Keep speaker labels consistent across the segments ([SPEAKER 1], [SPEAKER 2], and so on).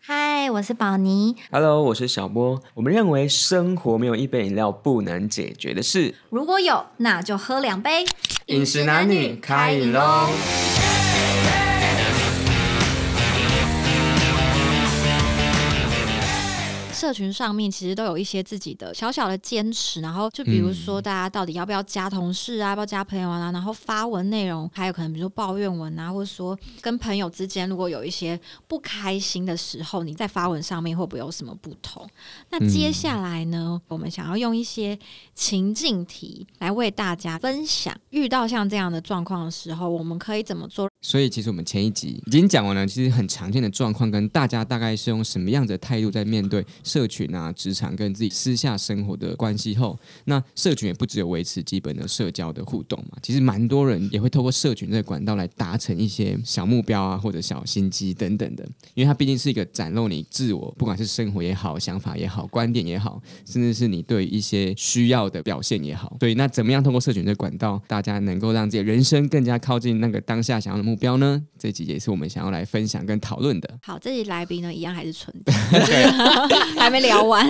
[SPEAKER 1] 嗨，我是宝妮。
[SPEAKER 2] Hello，我是小波。我们认为生活没有一杯饮料不能解决的事。
[SPEAKER 1] 如果有，那就喝两杯。
[SPEAKER 2] 饮食男女开饮喽！
[SPEAKER 3] 社群上面其实都有一些自己的小小的坚持，然后就比如说大家到底要不要加同事啊，要不要加朋友啊，然后发文内容，还有可能比如说抱怨文啊，或者说跟朋友之间如果有一些不开心的时候，你在发文上面会不会有什么不同？那接下来呢，我们想要用一些情境题来为大家分享，遇到像这样的状况的时候，我们可以怎么做？。
[SPEAKER 4] 所以其实我们前一集已经讲完了，其实很常见的状况跟大家大概是用什么样子的态度在面对社群啊、职场跟自己私下生活的关系后，那社群也不只有维持基本的社交的互动嘛，其实蛮多人也会透过社群这个管道来达成一些小目标啊或者小心机等等的，因为它毕竟是一个展露你自我，不管是生活也好、想法也好、观点也好，甚至是你对一些需要的表现也好。所以那怎么样通过社群这个管道，大家能够让自己的人生更加靠近那个当下想要的目标呢？这集也是我们想要来分享跟讨论 的
[SPEAKER 3] 好，这里来宾呢一样还是纯洁，还没聊完，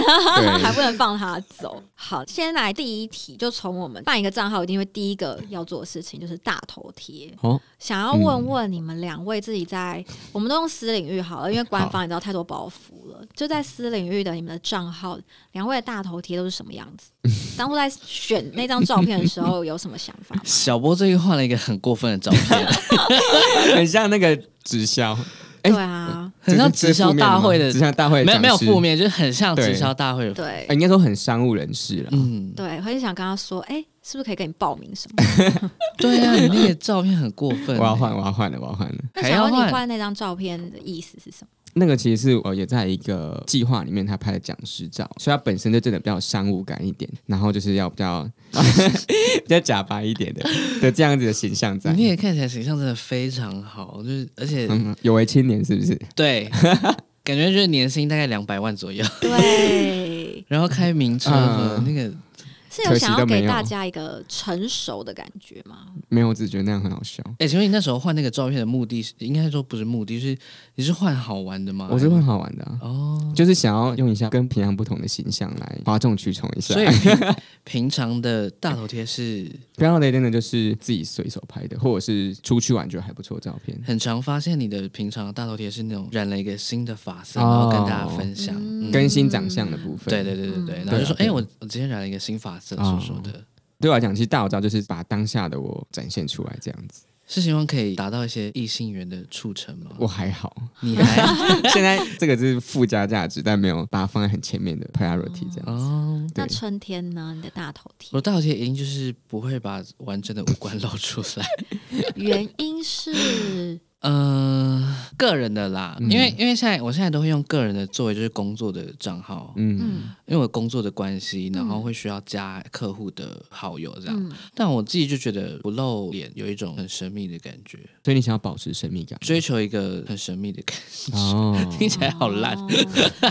[SPEAKER 3] 还不能放他走。好，先来第一题，就从我们办一个账号，一定会第一个要做的事情就是大头贴。
[SPEAKER 4] 哦，
[SPEAKER 3] 想要问问你们两位自己在，我们都用私领域好了，因为官方也知道太多包袱了。就在私领域的你们的账号，两位的大头贴都是什么样子？当初在选那张照片的时候有什么想法吗？
[SPEAKER 5] 小波最近换了一个很过分的照片，
[SPEAKER 4] 很像那个直销，哎
[SPEAKER 3] 对啊，
[SPEAKER 5] 很像
[SPEAKER 4] 这是
[SPEAKER 5] 直
[SPEAKER 4] 这是负
[SPEAKER 5] 销
[SPEAKER 4] 面的吗
[SPEAKER 5] 大会的
[SPEAKER 4] 直，销大会的
[SPEAKER 5] 没有没有
[SPEAKER 4] 讲师
[SPEAKER 5] 负，面，就是很像
[SPEAKER 4] 对
[SPEAKER 5] 直销大会的。
[SPEAKER 3] 对
[SPEAKER 4] 呃应该说很商务人士了。
[SPEAKER 5] 嗯，
[SPEAKER 3] 对，很想跟他说，哎、是不是可以跟你报名什么？
[SPEAKER 5] 对啊，你那个照片很过分、
[SPEAKER 4] 我要换，我要换了，我要换了。
[SPEAKER 3] 那
[SPEAKER 5] 还
[SPEAKER 3] 想
[SPEAKER 5] 要
[SPEAKER 3] 问你
[SPEAKER 5] 换，
[SPEAKER 3] 换那张照片的意思是什么？
[SPEAKER 4] 那个其实是我呃也在一个计划里面，他拍的讲师照，所以他本身就真的比较有商务感一点，然后就是要比较 比较假白一点的的这样子的形象在
[SPEAKER 5] 你。也看起来形象真的非常好，就是而且、
[SPEAKER 4] 嗯，有为青年是不是？
[SPEAKER 5] 对，感觉就是年薪大概两百万左右，
[SPEAKER 3] 对，
[SPEAKER 5] 然后开名车和
[SPEAKER 4] 嗯
[SPEAKER 5] 那个
[SPEAKER 3] 是
[SPEAKER 4] 可
[SPEAKER 3] 有
[SPEAKER 4] 惜
[SPEAKER 3] 想要
[SPEAKER 4] 都没
[SPEAKER 3] 给
[SPEAKER 4] 有
[SPEAKER 3] 大家一个成熟的感觉吗？
[SPEAKER 4] 没有，我只觉得那样很好笑。
[SPEAKER 5] 哎、请问你那时候换那个照片的目的是，应该说不是目的，是你是换好玩的吗？
[SPEAKER 4] 我是会好玩的、啊，
[SPEAKER 5] 哦，
[SPEAKER 4] 就是想要用一下跟平常不同的形象来哗众取宠一下。
[SPEAKER 5] 所以平 平常的大头贴是
[SPEAKER 4] 刚刚那天呢，就是自己随手拍的，或者是出去玩觉得还不错的照片。
[SPEAKER 5] 很常发现你的平常的大头贴是那种染了一个新的发色，
[SPEAKER 4] 哦
[SPEAKER 5] 然后跟大家分享。
[SPEAKER 3] 嗯
[SPEAKER 5] 嗯
[SPEAKER 4] 更新长相的部分，
[SPEAKER 5] 对对对对对，
[SPEAKER 3] 嗯
[SPEAKER 5] 然后就说，哎、
[SPEAKER 4] 对啊对啊
[SPEAKER 5] 我我今天染了一个新发色，什
[SPEAKER 4] 哦
[SPEAKER 5] 么什么的，
[SPEAKER 4] 对我来讲，其实大我照就是把当下的我展现出来，这样子。
[SPEAKER 5] 是希望可以达到一些异性缘的促成吗？
[SPEAKER 4] 我还 好，
[SPEAKER 5] 你还
[SPEAKER 4] 现在这个是附加价值，但没有把它放在很前面的 priority 这样。
[SPEAKER 5] 哦，
[SPEAKER 4] 对
[SPEAKER 3] 那春天呢？你的大头贴
[SPEAKER 5] 我大头贴一定就是不会把完整的五官露出来。
[SPEAKER 3] 原因 是
[SPEAKER 5] 嗯，个人的啦，
[SPEAKER 4] 嗯
[SPEAKER 5] 因为因为现在我现在都会用个人的作为就是工作的账号，
[SPEAKER 4] 嗯，
[SPEAKER 3] 嗯
[SPEAKER 5] 因为我工作的关系，然后会需要加客户的好友这样。
[SPEAKER 3] 嗯，
[SPEAKER 5] 但我自己就觉得不露脸有一种很神秘的感觉，
[SPEAKER 4] 所以你想要保持神秘 感
[SPEAKER 5] 追求一个很神秘的感觉，
[SPEAKER 4] 哦，
[SPEAKER 5] 听起来好烂。
[SPEAKER 3] 哦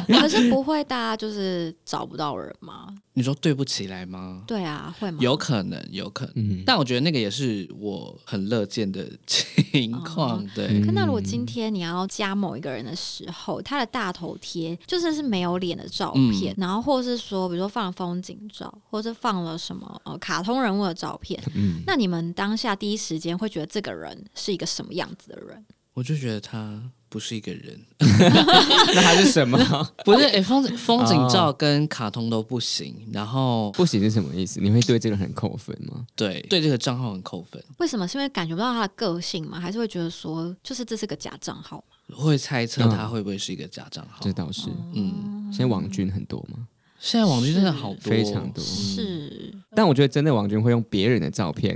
[SPEAKER 3] 可是不会，大家就是找不到人吗？
[SPEAKER 5] 你说对不起来吗？
[SPEAKER 3] 对啊，会吗？
[SPEAKER 5] 有可能，有可能。
[SPEAKER 4] 嗯，
[SPEAKER 5] 但我觉得那个也是我很乐见的 情况，
[SPEAKER 4] 嗯
[SPEAKER 5] 对，
[SPEAKER 3] 可那如果今天你要加某一个人的时候，他的大头贴就是是没有脸的照
[SPEAKER 4] 嗯
[SPEAKER 3] 片，然后或是说，比如说放了风景照，或是放了什么呃卡通人物的照片，
[SPEAKER 4] 嗯
[SPEAKER 3] 那你们当下第一时间会觉得这个人是一个什么样子的人？
[SPEAKER 5] 我就觉得他不是一个人，
[SPEAKER 4] 那还是什么？
[SPEAKER 5] 不是，哎、风景风
[SPEAKER 4] 哦
[SPEAKER 5] 景照跟卡通都不行，然后
[SPEAKER 4] 不行是什么意思？你会对这个人很扣分吗？
[SPEAKER 5] 对对这个账号很扣分，
[SPEAKER 3] 为什么？是因为感觉不到他的个性吗？还是会觉得说，就是这是个假账号吗？
[SPEAKER 5] 会猜测
[SPEAKER 4] 嗯
[SPEAKER 5] 他会不会是一个假账号
[SPEAKER 4] 这。倒是。
[SPEAKER 5] 嗯，
[SPEAKER 3] 哦
[SPEAKER 4] 现在网军很多嘛，
[SPEAKER 5] 现在网剧真的好多，
[SPEAKER 4] 非常多。
[SPEAKER 3] 是，
[SPEAKER 4] 但我觉得真的网军会用别人的照片，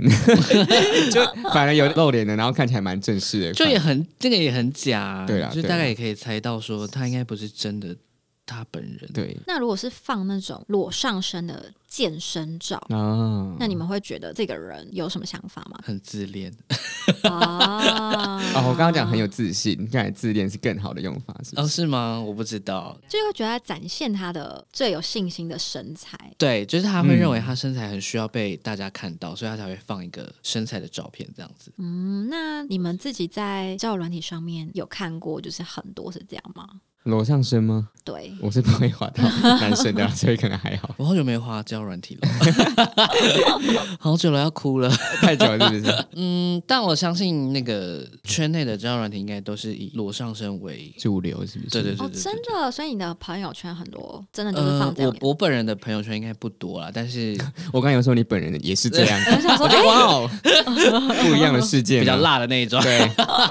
[SPEAKER 4] 就反而有露脸的，然后看起来蛮正式的。
[SPEAKER 5] 就也很这个也很假，啊
[SPEAKER 4] 对啦
[SPEAKER 5] 就
[SPEAKER 4] 对啊
[SPEAKER 5] 大
[SPEAKER 4] 啦
[SPEAKER 5] 概也可以猜到说他应该不是真的他本人。，？
[SPEAKER 4] 对
[SPEAKER 3] 那如果是放那种裸上身的健身照，
[SPEAKER 4] 啊，
[SPEAKER 3] 那你们会觉得这个人有什么想法吗
[SPEAKER 5] 很自恋。
[SPEAKER 3] 啊，
[SPEAKER 4] 哦，我刚刚讲很有自信，看来自恋是更好的用法，是不
[SPEAKER 5] 哦，
[SPEAKER 4] 是？
[SPEAKER 5] 是吗？我不知道。
[SPEAKER 3] 就会觉得他展现他的最有信心的身材。
[SPEAKER 5] 对，就是他会认为他身材很需要被大家看到，所以他才会放一个身材的照片这样子。
[SPEAKER 3] 嗯，那你们自己在交友软体上面有看过，就是很多是这样吗？
[SPEAKER 4] 楼上生吗？
[SPEAKER 3] 对，
[SPEAKER 4] 我是不会滑到男生的啦，啊所以可能还 好。
[SPEAKER 5] 我好久没花交友软体了， 好久了要哭了。
[SPEAKER 4] 太久了是不是？
[SPEAKER 5] 嗯，但我相信那个圈内的交友软体应该都是以裸上身为，
[SPEAKER 4] 主流是不是？
[SPEAKER 5] 对对对对
[SPEAKER 3] 哦，
[SPEAKER 5] 对
[SPEAKER 3] 真的，所以你的朋友圈很多，真的就是
[SPEAKER 5] 呃
[SPEAKER 3] 放，这样
[SPEAKER 5] 我。我本人的朋友圈应该不多啦，但是
[SPEAKER 4] 我刚才有说你本人也是这 样，
[SPEAKER 3] 我
[SPEAKER 5] 呃
[SPEAKER 3] 想说，哎、
[SPEAKER 4] 哇哦， 不一样的世界，
[SPEAKER 5] 比较。辣的那一种。
[SPEAKER 4] 啊对，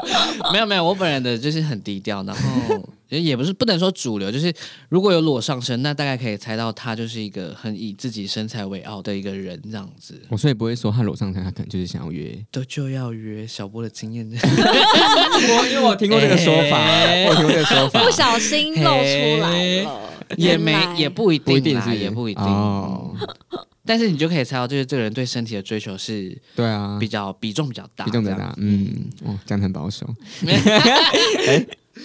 [SPEAKER 5] 没有没有，我本人的就是很低调，然后也也不是不能说主流，就是如果有裸上身，那大概可以猜到他就是一个很以自己身材为傲的一个人这样子。
[SPEAKER 4] 我所以不会说他楼上生，他可能就是想要约。
[SPEAKER 5] 都就要约小波的经验，
[SPEAKER 4] 我因为我听过这个说法，
[SPEAKER 5] 哎
[SPEAKER 4] 我听过这个说法
[SPEAKER 3] 不，小心露出来了，
[SPEAKER 5] 也没
[SPEAKER 3] 原来
[SPEAKER 5] 也不一
[SPEAKER 4] 不一
[SPEAKER 5] 定
[SPEAKER 4] 定
[SPEAKER 5] 啦，
[SPEAKER 4] 是
[SPEAKER 5] 也不一定。
[SPEAKER 4] 哦，
[SPEAKER 5] 但是你就可以猜到，就是这个人对身体的追求是
[SPEAKER 4] 对啊，
[SPEAKER 5] 比较比重比较大，
[SPEAKER 4] 比重比较
[SPEAKER 5] 这样。
[SPEAKER 4] 大，嗯，哦，这样很保守，
[SPEAKER 3] 对，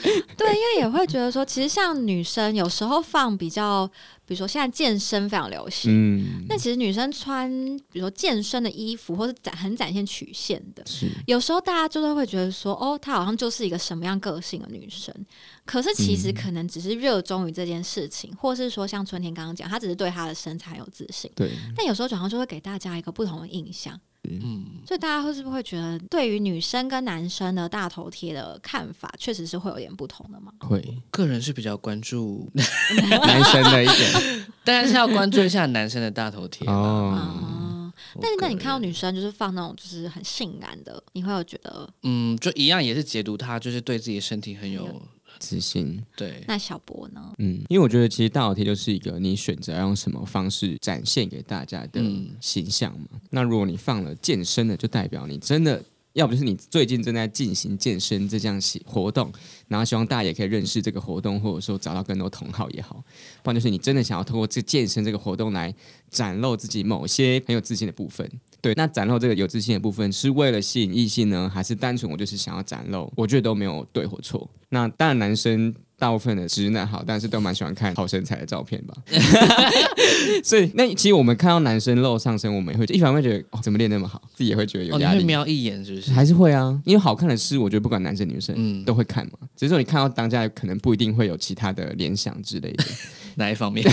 [SPEAKER 3] 因为也会觉得说，其实像女生有时候放比较，比如说现在健身非常流行，
[SPEAKER 4] 嗯，
[SPEAKER 3] 那其实女生穿比如说健身的衣服，或是展很展现曲线的，
[SPEAKER 4] 是
[SPEAKER 3] 有时候大家就是会觉得说，哦，她好像就是一个什么样个性的女生，可是其实可能只是热衷于这件事情，或是说像春天刚刚讲，她只是对她的身材很有自信。
[SPEAKER 4] 对，
[SPEAKER 3] 但有时候转换就会给大家一个不同的印象，
[SPEAKER 5] 嗯，
[SPEAKER 3] 所以大家会是不是会觉得，对于女生跟男生的大头贴的看法，确实是会有点不同的吗？
[SPEAKER 4] 会
[SPEAKER 5] 个人是比较关注，
[SPEAKER 4] 男生的一点
[SPEAKER 5] 当然是要关注一下男生的大头贴啦。
[SPEAKER 4] 哦，
[SPEAKER 3] 啊、
[SPEAKER 5] 我
[SPEAKER 3] 但是那你
[SPEAKER 5] 个
[SPEAKER 3] 看到
[SPEAKER 5] 人
[SPEAKER 3] 女生就是放那种就是很性感的，你会有觉得
[SPEAKER 5] 嗯，就一样也是解读他，就是对自己的身体很有
[SPEAKER 4] 自信，
[SPEAKER 5] 对，
[SPEAKER 3] 那小博呢？
[SPEAKER 4] 嗯，因为我觉得其实大头贴就是一个你选择要用什么方式展现给大家的
[SPEAKER 5] 嗯
[SPEAKER 4] 形象嘛。那如果你放了健身的，就代表你真的。要不就是你最近正在进行健身这项行活动，然后希望大家也可以认识这个活动，或者说找到更多同好也好，不然就是你真的想要通过这健身这个活动来展露自己某些很有自信的部分。对，那展露这个有自信的部分是为了吸引异性呢，还是单纯我就是想要展露？我觉得都没有对或错。那当然，男生大部分的直男好，但是都蛮喜欢看好身材的照片 吧。所以，那其实我们看到男生露上身，我们也会一方面会觉得哦，怎么练那么好，自己也会觉得
[SPEAKER 5] 哦，
[SPEAKER 4] 有
[SPEAKER 5] 你
[SPEAKER 4] 压
[SPEAKER 5] 会
[SPEAKER 4] 力。
[SPEAKER 5] 瞄一眼是不是？
[SPEAKER 4] 还是会啊，因为好看的诗，我觉得不管男生女生，
[SPEAKER 5] 嗯
[SPEAKER 4] 都会看嘛。只是说你看到当下，可能不一定会有其他的联想之类的。
[SPEAKER 5] 哪一方 面？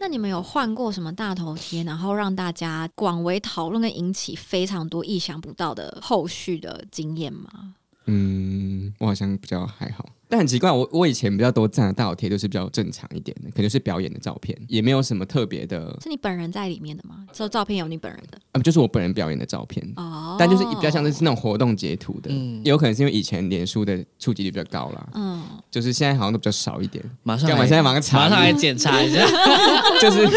[SPEAKER 3] 那你们有换过什么大头贴，然后让大家广为讨论跟引起非常多意想不到的后续的经验吗？
[SPEAKER 4] 嗯，我好像比较还好，但很奇怪，我我以前比较多站的大头贴都是比较正常一点的，可能是表演的照片，也没有什么特别的，
[SPEAKER 3] 是你本人在里面的吗？这照片有你本人的
[SPEAKER 4] 呃，就是我本人表演的照片，
[SPEAKER 3] 哦，
[SPEAKER 4] 嗯但就是比较像是那种活动截图的，
[SPEAKER 5] 嗯
[SPEAKER 4] 也有可能是因为以前脸书的触及率比较高啦，
[SPEAKER 3] 嗯，
[SPEAKER 4] 就是现在好像都比较少一点，
[SPEAKER 5] 马上
[SPEAKER 4] 干嘛
[SPEAKER 5] 来
[SPEAKER 4] 现在马上查
[SPEAKER 5] 马上来检查一下。
[SPEAKER 4] 就是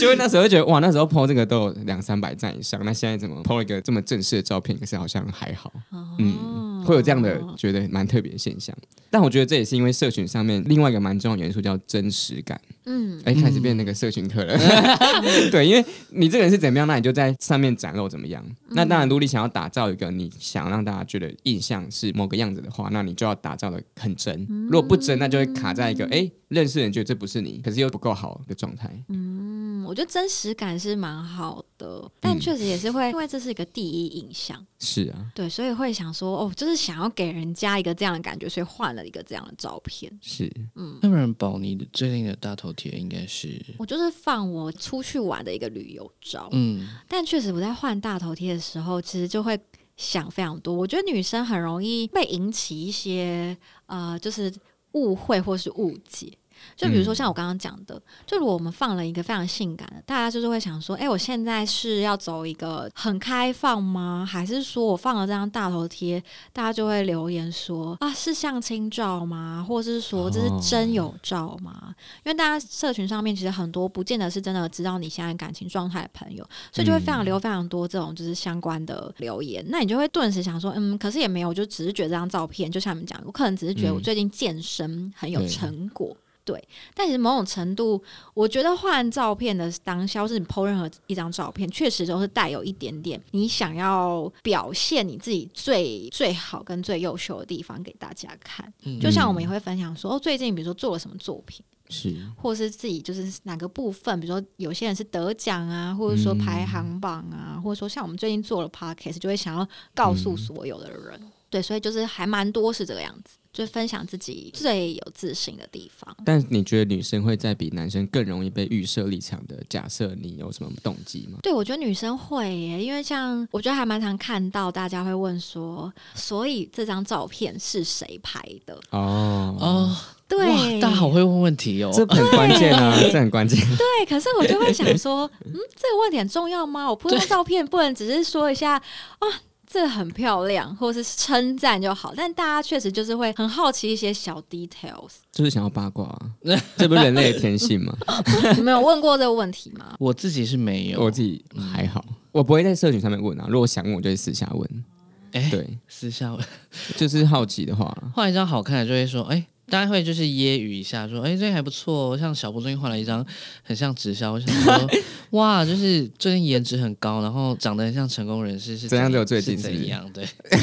[SPEAKER 4] 就是那时候就觉得哇，那时候 PO 这个都有两三百赞以上，那现在怎么 PO 了一个这么正式的照片，可是好像还好，
[SPEAKER 3] 哦
[SPEAKER 4] 嗯，会有这样的觉得蛮特别的现象。但我觉得这也是因为社群上面另外一个蛮重要的元素叫真实感，
[SPEAKER 3] 嗯，
[SPEAKER 4] 哎、开始变那个社群课了， 对，因为你这个人是怎么样，那你就在上面展露怎么样。那当然，如果你想要打造一个你想让大家觉得印象是某个样子的话，那你就要打造的很真。如果不真，那就会卡在一个哎、认识的人觉得这不是你，可是又不够好的状态。
[SPEAKER 3] 嗯，我觉得真实感是蛮好的，
[SPEAKER 4] 嗯
[SPEAKER 3] 但确实也是会，因为这是一个第一印象，
[SPEAKER 4] 是啊，
[SPEAKER 3] 对，所以会想说，哦，就是想要给人家一个这样的感觉，所以换了一个这样的照片。
[SPEAKER 4] 是
[SPEAKER 5] 要不然，宝你的最近的大头贴应该是，
[SPEAKER 3] 我就是放我出去玩的一个旅游照，
[SPEAKER 5] 嗯，
[SPEAKER 3] 但确实我在换大头贴的时候，其实就会想非常多。我觉得女生很容易被引起一些呃，就是误会或是误解。就比如说像我刚刚讲的，就如果我们放了一个非常性感的，大家就是会想说，哎、我现在是要走一个很开放吗？还是说我放了这张大头贴，大家就会留言说啊，是相亲照吗？或是说这是真有照吗？因为大家社群上面其实很多不见得是真的知道你现在感情状态的朋友，所以就会非常留非常多这种就是相关的留言。那你就会顿时想说，嗯，可是也没有，我就只是觉得这张照片，就像你们讲，我可能只是觉得我
[SPEAKER 4] 嗯
[SPEAKER 3] 最近健身很有
[SPEAKER 4] 对
[SPEAKER 3] 成果。对，但其实某种程度，我觉得换照片的当下，或是你 PO 任何一张照片，确实都是带有一点点你想要表现你自己最最好跟最优秀的地方给大家看。
[SPEAKER 5] 嗯
[SPEAKER 3] 就像我们也会分享说，哦，最近比如说做了什么作品。
[SPEAKER 4] 是，
[SPEAKER 3] 或是自己就是哪个部分，比如说有些人是得奖啊，或者
[SPEAKER 5] 嗯
[SPEAKER 3] 说
[SPEAKER 5] 嗯
[SPEAKER 3] 排行榜啊，或者说像我们最近做了 podcast，就会想要告诉所有的人。对，所以就是还蛮多是这个样子，就分享自己最有自信的地方。
[SPEAKER 4] 但你觉得女生会在比男生更容易被预设立场的假设，你有什么动机吗？
[SPEAKER 3] 对，我觉得女生会耶，因为像我觉得还蛮常看到大家会问说，所以这张照片是谁拍的？
[SPEAKER 4] 哦
[SPEAKER 5] 哦，
[SPEAKER 3] 对，
[SPEAKER 5] 哇，大家好会问问题哦。
[SPEAKER 4] 这很关键啊， 这很关键。
[SPEAKER 3] 对，可是我就会想说，嗯，这个问题很重要吗？我 po 张照片不能只是说一下啊。这很漂亮，或是称赞就好，但大家确实就是会很好奇一些小 details。
[SPEAKER 4] 就是想要八卦、啊， 这不是人类的天性 吗？
[SPEAKER 3] 你们有问过这个问题吗？
[SPEAKER 5] 我自己是没有，
[SPEAKER 4] 我自己还好，我不会在社群上面问啊。如果想问，我就会私下问。
[SPEAKER 5] 哎
[SPEAKER 4] 对，
[SPEAKER 5] 私下问
[SPEAKER 4] 就是好奇的话，
[SPEAKER 5] 换一张好看的就会说，哎、大家会就是揶揄一下，说，哎、这还不错哦。像小波最近换了一张，很像直销，我想说， 哇，就是最近颜值很高，然后长得很像成功人士，是
[SPEAKER 4] 怎样
[SPEAKER 5] 怎
[SPEAKER 4] 子有最近
[SPEAKER 5] 是
[SPEAKER 4] 是不
[SPEAKER 5] 怎
[SPEAKER 4] 是
[SPEAKER 5] 样？对，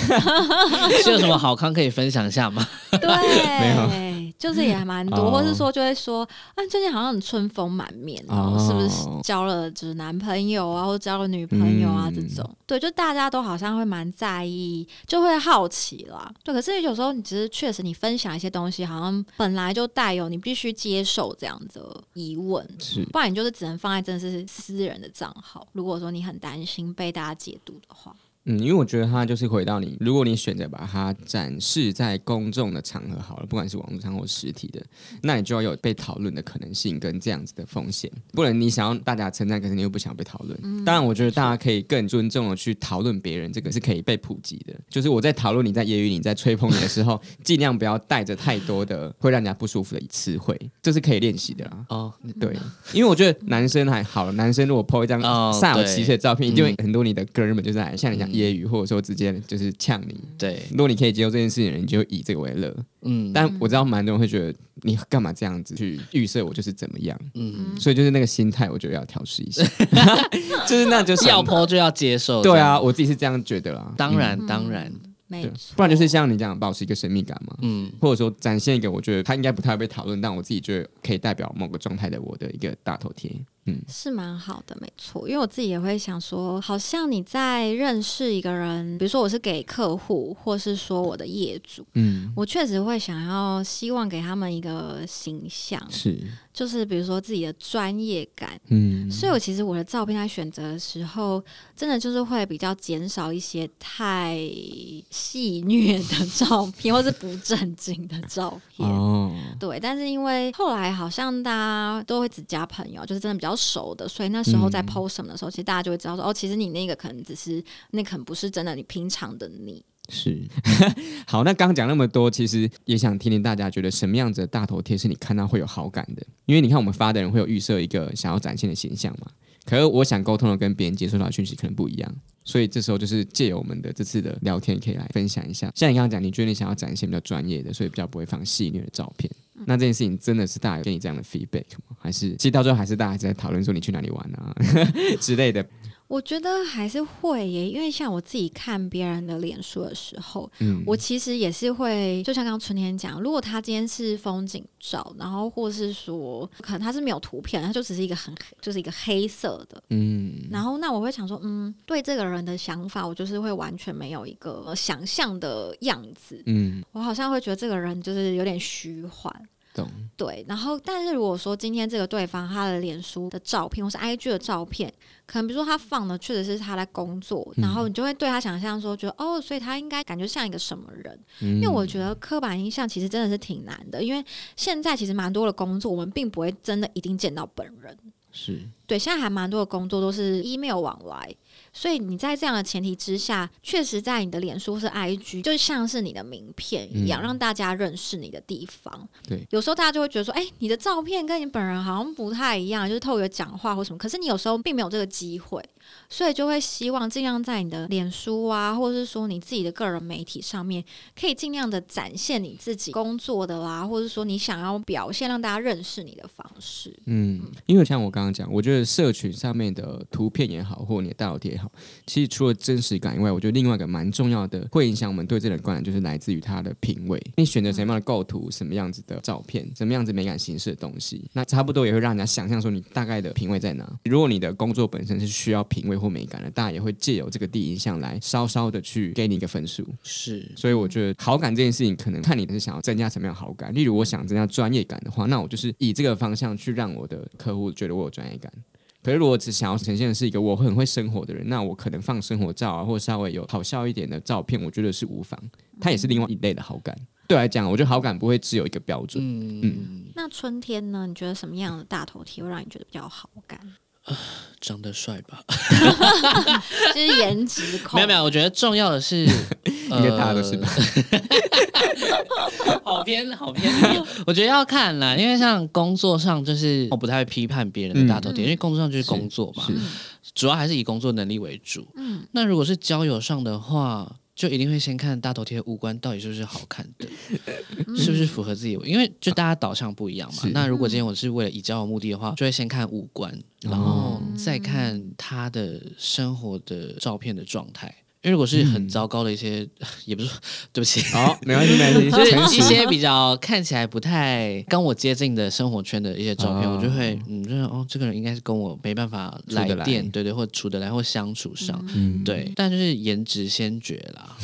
[SPEAKER 5] 是有什么好康可以分享一下吗？
[SPEAKER 3] 对，就是也还蛮多，
[SPEAKER 4] 哦
[SPEAKER 3] 或是说就会说，啊，最近好像很春风满面哦，
[SPEAKER 4] 哦
[SPEAKER 3] 是不是交了就是男朋友啊，或交了女朋友啊、
[SPEAKER 4] 嗯
[SPEAKER 3] 这种？对，就大家都好像会蛮在意，就会好奇啦。对，可是有时候你只是确实你分享一些东西，好像本来就带有你必须接受这样的疑问。
[SPEAKER 4] 是
[SPEAKER 3] 不然你就是只能放在真的是私人的账号。如果说你很担心被大家解读的话，
[SPEAKER 4] 嗯，因为我觉得它就是回到你，如果你选择把它展示在公众的场合好了，不管是网络上或实体的，那你就要有被讨论的可能性跟这样子的风险，不然你想要大家称赞，可是你又不想被讨论。当然，我觉得大家可以更尊重的去讨论别人，这个是可以被普及的。就是我在讨论你在揶揄你在吹捧你的时候， 尽量不要带着太多的会让人家不舒服的词汇，这是可以练习的啊啦。
[SPEAKER 5] 哦，
[SPEAKER 4] 对，因为我觉得男生还好了，男生如果 po 一张
[SPEAKER 5] 哦
[SPEAKER 4] 煞有其事的照片，
[SPEAKER 5] 对
[SPEAKER 4] 一定会很多你的哥们就在像你讲
[SPEAKER 5] 嗯
[SPEAKER 4] 揶揄，或者说直接就是呛你。
[SPEAKER 5] 对，
[SPEAKER 4] 如果你可以接受这件事情的人，你就以这个为乐。
[SPEAKER 5] 嗯，
[SPEAKER 4] 但我知道蛮多人会觉得你干嘛这样子去预设我就是怎么样，
[SPEAKER 5] 嗯，
[SPEAKER 4] 所以就是那个心态，我觉得要调试一 下，就是那就是
[SPEAKER 5] 要泼就要接受，
[SPEAKER 4] 对啊，，我自己是这样觉得啦。嗯
[SPEAKER 5] 当然当然，
[SPEAKER 3] 没
[SPEAKER 4] 对
[SPEAKER 3] 错，
[SPEAKER 4] 不然就是像你这样保持一个神秘感嘛，
[SPEAKER 5] 嗯，
[SPEAKER 4] 或者说展现一个我觉得他应该不太会被讨论，但我自己觉得可以代表某个状态的我的一个大头贴。嗯，
[SPEAKER 3] 是蛮好的，没错。因为我自己也会想说，好像你在认识一个人，比如说我是给客户，或是说我的业主，
[SPEAKER 4] 嗯，
[SPEAKER 3] 我确实会想要希望给他们一个形象，
[SPEAKER 4] 是，
[SPEAKER 3] 就是比如说自己的专业感。
[SPEAKER 4] 嗯，
[SPEAKER 3] 所以，我其实我的照片在选择的时候，真的就是会比较减少一些太戏谑的 照片，或是不正经的照片。
[SPEAKER 4] 哦，
[SPEAKER 3] 对，但是因为后来好像大家都会只加朋友，就是真的比较熟的，所以那时候在
[SPEAKER 4] 嗯
[SPEAKER 3] PO 什么的时候，其实大家就会知道说，哦，其实你那个可能只是那可能不是真的你平常的你。
[SPEAKER 4] 是， 好，那刚讲那么多，其实也想听听大家觉得什么样子的大头贴是你看到会有好感的，因为你看我们发的人会有预设一个想要展现的形象嘛，可是我想沟通的跟别人接收到的讯息可能不一样。所以这时候就是借由我们的这次的聊天，可以来分享一下。像你刚刚讲，你觉得你想要展现比较专业的，所以比较不会放戏谑的照片。
[SPEAKER 3] 嗯
[SPEAKER 4] 那这件事情真的是大家有给你这样的 feedback 吗？还是其实到最后还是大家还是在讨论说你去哪里玩啊 之类的？
[SPEAKER 3] 我觉得还是会耶，因为像我自己看别人的脸书的时候，
[SPEAKER 4] 嗯，
[SPEAKER 3] 我其实也是会，就像刚刚春天讲，如果他今天是风景照，然后或是说可能他是没有图片，他就只是一个很黑就是一个黑色的，
[SPEAKER 4] 嗯
[SPEAKER 3] 然后那我会想说，嗯，对这个人的想法，我就是会完全没有一个呃想象的样子，
[SPEAKER 4] 嗯，
[SPEAKER 3] 我好像会觉得这个人就是有点虚幻。
[SPEAKER 4] 懂。
[SPEAKER 3] 对，然后但是如果说今天这个对方他的脸书的照片或是 IG 的照片，可能比如说他放的确实是他在工作，
[SPEAKER 4] 嗯
[SPEAKER 3] 然后你就会对他想象说，觉得哦，所以他应该感觉像一个什么人？
[SPEAKER 4] 因
[SPEAKER 3] 因为我觉得刻板印象其实真的是挺难的，因为现在其实蛮多的工作，我们并不会真的一定见到本人。
[SPEAKER 4] 是
[SPEAKER 3] 对，现在还蛮多的工作都是 email 往来，所以你在这样的前提之下，确实在你的脸书或是 IG 就像是你的名片一样，
[SPEAKER 4] 嗯
[SPEAKER 3] 让大家认识你的地方。
[SPEAKER 4] 对，
[SPEAKER 3] 有时候大家就会觉得说，哎、你的照片跟你本人好像不太一样，就是透过讲话或什么，可是你有时候并没有这个机会，所以就会希望尽量在你的脸书啊，或者是说你自己的个人媒体上面，可以尽量的展现你自己工作的啦，或者说你想要表现让大家认识你的方式。
[SPEAKER 4] 嗯，因为像我刚刚讲，我觉得社群上面的图片也好，或你的大头贴好。其实除了真实感以外，我觉得另外一个蛮重要的，会影响我们对这人观感，就是来自于他的品味。你选择什么样的构图、什么样子的照片、什么样子美感形式的东西，那差不多也会让人家想象说你大概的品味在哪。如果你的工作本身是需要品味或美感的，大家也会借由这个第一印象来稍稍的去给你一个分数。
[SPEAKER 5] 是
[SPEAKER 4] 所以我觉得好感这件事情，可能看你是想要增加什么样的好感。例如，我想增加专业感的话，那我就是以这个方向去让我的客户觉得我有专业感。可是，如果只想要呈现的是一个我很会生活的人，那我可能放生活照啊，或稍微有好笑一点的照片，我觉得是无妨。它也是另外一类的好感。对我来讲，我觉得好感不会只有一个标 准。
[SPEAKER 5] 嗯，
[SPEAKER 3] 那春天呢？你觉得什么样的大头贴会让你觉得比较有好感？
[SPEAKER 5] 长得帅吧？
[SPEAKER 3] 就是颜值控。
[SPEAKER 5] 没有没有，我觉得重要 的是，呃
[SPEAKER 4] 应该大家都是吧？
[SPEAKER 5] 好偏好偏题，我觉得要看啦，因为像工作上就是
[SPEAKER 4] 哦
[SPEAKER 5] 我不太会批判别人
[SPEAKER 4] 嗯
[SPEAKER 5] 的大头贴，因为工作上就是工作嘛，主要还是以工作能力为主。
[SPEAKER 3] 嗯
[SPEAKER 5] 那如果是交友上的话，就一定会先看大头贴的五官到底是不是好看的，
[SPEAKER 3] 嗯
[SPEAKER 5] 是不是符合自己的，因为就大家导向不一样嘛
[SPEAKER 4] 嗯是。
[SPEAKER 5] 那如果今天我是为了以交友目的的话，就会先看五官，然
[SPEAKER 4] 嗯
[SPEAKER 5] 后再看他的生活的照片的状态。因为如果是很糟糕的一些， 也不是说对不起，
[SPEAKER 4] 好、没关系，没关系，
[SPEAKER 5] 就是
[SPEAKER 4] 诚
[SPEAKER 5] 一
[SPEAKER 4] 实
[SPEAKER 5] 些比较看起来不太跟我接近的生活圈的一些照片，
[SPEAKER 4] 哦
[SPEAKER 5] 我就会嗯，就是哦，这个人应该是跟我没办法
[SPEAKER 4] 处得来
[SPEAKER 5] 电，对对，或处得来或相处上，
[SPEAKER 4] 嗯
[SPEAKER 5] 对，但就是颜值先决 啦，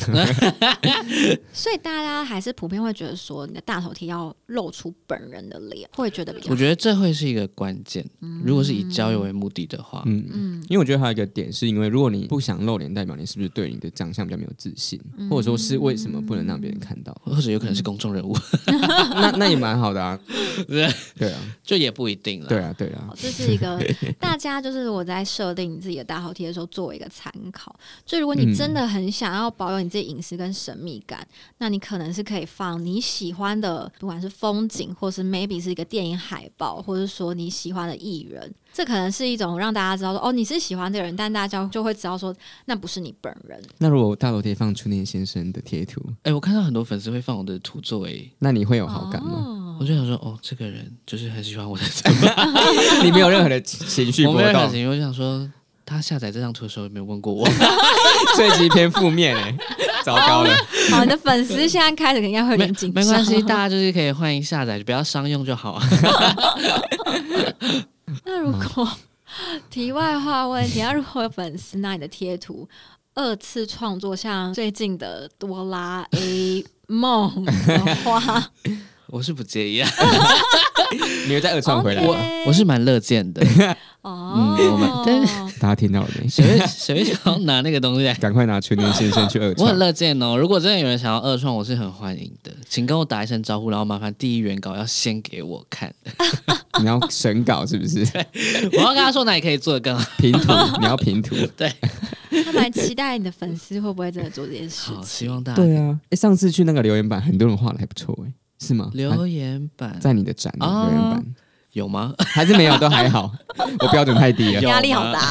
[SPEAKER 3] 所以大家还是普遍会觉得说，你的大头贴要露出本人的脸，会觉得比较
[SPEAKER 5] 我觉得这会是一个关键。如果是以交友为目的的话，
[SPEAKER 4] 嗯嗯，因为我觉得还有一个点，是因为如果你不想露脸，代表你是不是对你的长相比较没有自信，或者说是为什么不能让别人看到？
[SPEAKER 5] 或者有可能是公众人物，
[SPEAKER 4] 那那也蛮好的啊，
[SPEAKER 5] 对
[SPEAKER 4] 对啊，
[SPEAKER 5] 就也不一定了。
[SPEAKER 4] 对啊，对啊
[SPEAKER 3] 好，，哦这是一 个大家就是我在设定你自己的大头贴的时候作为一个参考。就如果你真
[SPEAKER 5] 嗯
[SPEAKER 3] 的很想要保有你自己隐私跟神秘感，那你可能是可以放你喜欢的，不管是风景，或是 maybe 是一个电影海报，或者说你喜欢的艺人，这可能是一种让大家知道说哦你是喜欢这个人，但大家就会知道说那不是你本人。
[SPEAKER 4] 那如果大头贴放初恋先生的贴图，
[SPEAKER 5] 哎，我看到很多粉丝会放我的图作为，
[SPEAKER 4] 那你会有好感吗？
[SPEAKER 3] 哦
[SPEAKER 5] 我就想说，哦，这个人就是很喜欢我的，
[SPEAKER 4] 你没有任何的情绪
[SPEAKER 5] 我
[SPEAKER 4] 波
[SPEAKER 5] 没有
[SPEAKER 4] 动
[SPEAKER 5] 感，情，我就想说。他下载这张图的时候有没有问过 我，
[SPEAKER 4] 这一集偏负面哎、糟糕了，
[SPEAKER 3] 好，你的粉丝现在开始应该会有
[SPEAKER 5] 没
[SPEAKER 3] 点紧张。哦
[SPEAKER 5] 没关系，大家就是可以欢迎下载，不要商用就 好。
[SPEAKER 3] 那如果
[SPEAKER 4] 嗯
[SPEAKER 3] 题外话问题，那如果有粉丝拿你的贴图二次创作，像最近的哆啦 A 梦的 话，
[SPEAKER 5] 我是不介意啊，
[SPEAKER 4] 你又再二创回来
[SPEAKER 3] OK
[SPEAKER 4] 我
[SPEAKER 5] 我我是蛮乐见的。
[SPEAKER 3] 哦，
[SPEAKER 5] 我们但是
[SPEAKER 4] 大家听到了没？
[SPEAKER 5] 谁会谁会想要拿那个 东西来？
[SPEAKER 4] 赶快拿初恋先生去二
[SPEAKER 5] 我很
[SPEAKER 4] 创，
[SPEAKER 5] 乐见哦，如果真的有人想要二创，我是很欢迎的，请跟我打一声招呼，然后麻烦第一原稿要先给我看，
[SPEAKER 4] 你要审稿是不是？
[SPEAKER 5] 我要跟他说哪里可以做的更好。
[SPEAKER 4] 平图，你要平图。
[SPEAKER 3] 他蛮期待你的粉丝会不会真的做这件事
[SPEAKER 5] 好，
[SPEAKER 3] 情。
[SPEAKER 5] 希望大家
[SPEAKER 4] 对啊，哎、上次去那个留言板，很多人画的还不错哎、是吗？
[SPEAKER 5] 留言板
[SPEAKER 4] 还在你的展的留言板、
[SPEAKER 5] 有吗？
[SPEAKER 4] 还是没有，都还好，我标准太低
[SPEAKER 5] 啊
[SPEAKER 4] 了。
[SPEAKER 3] 压力好 大。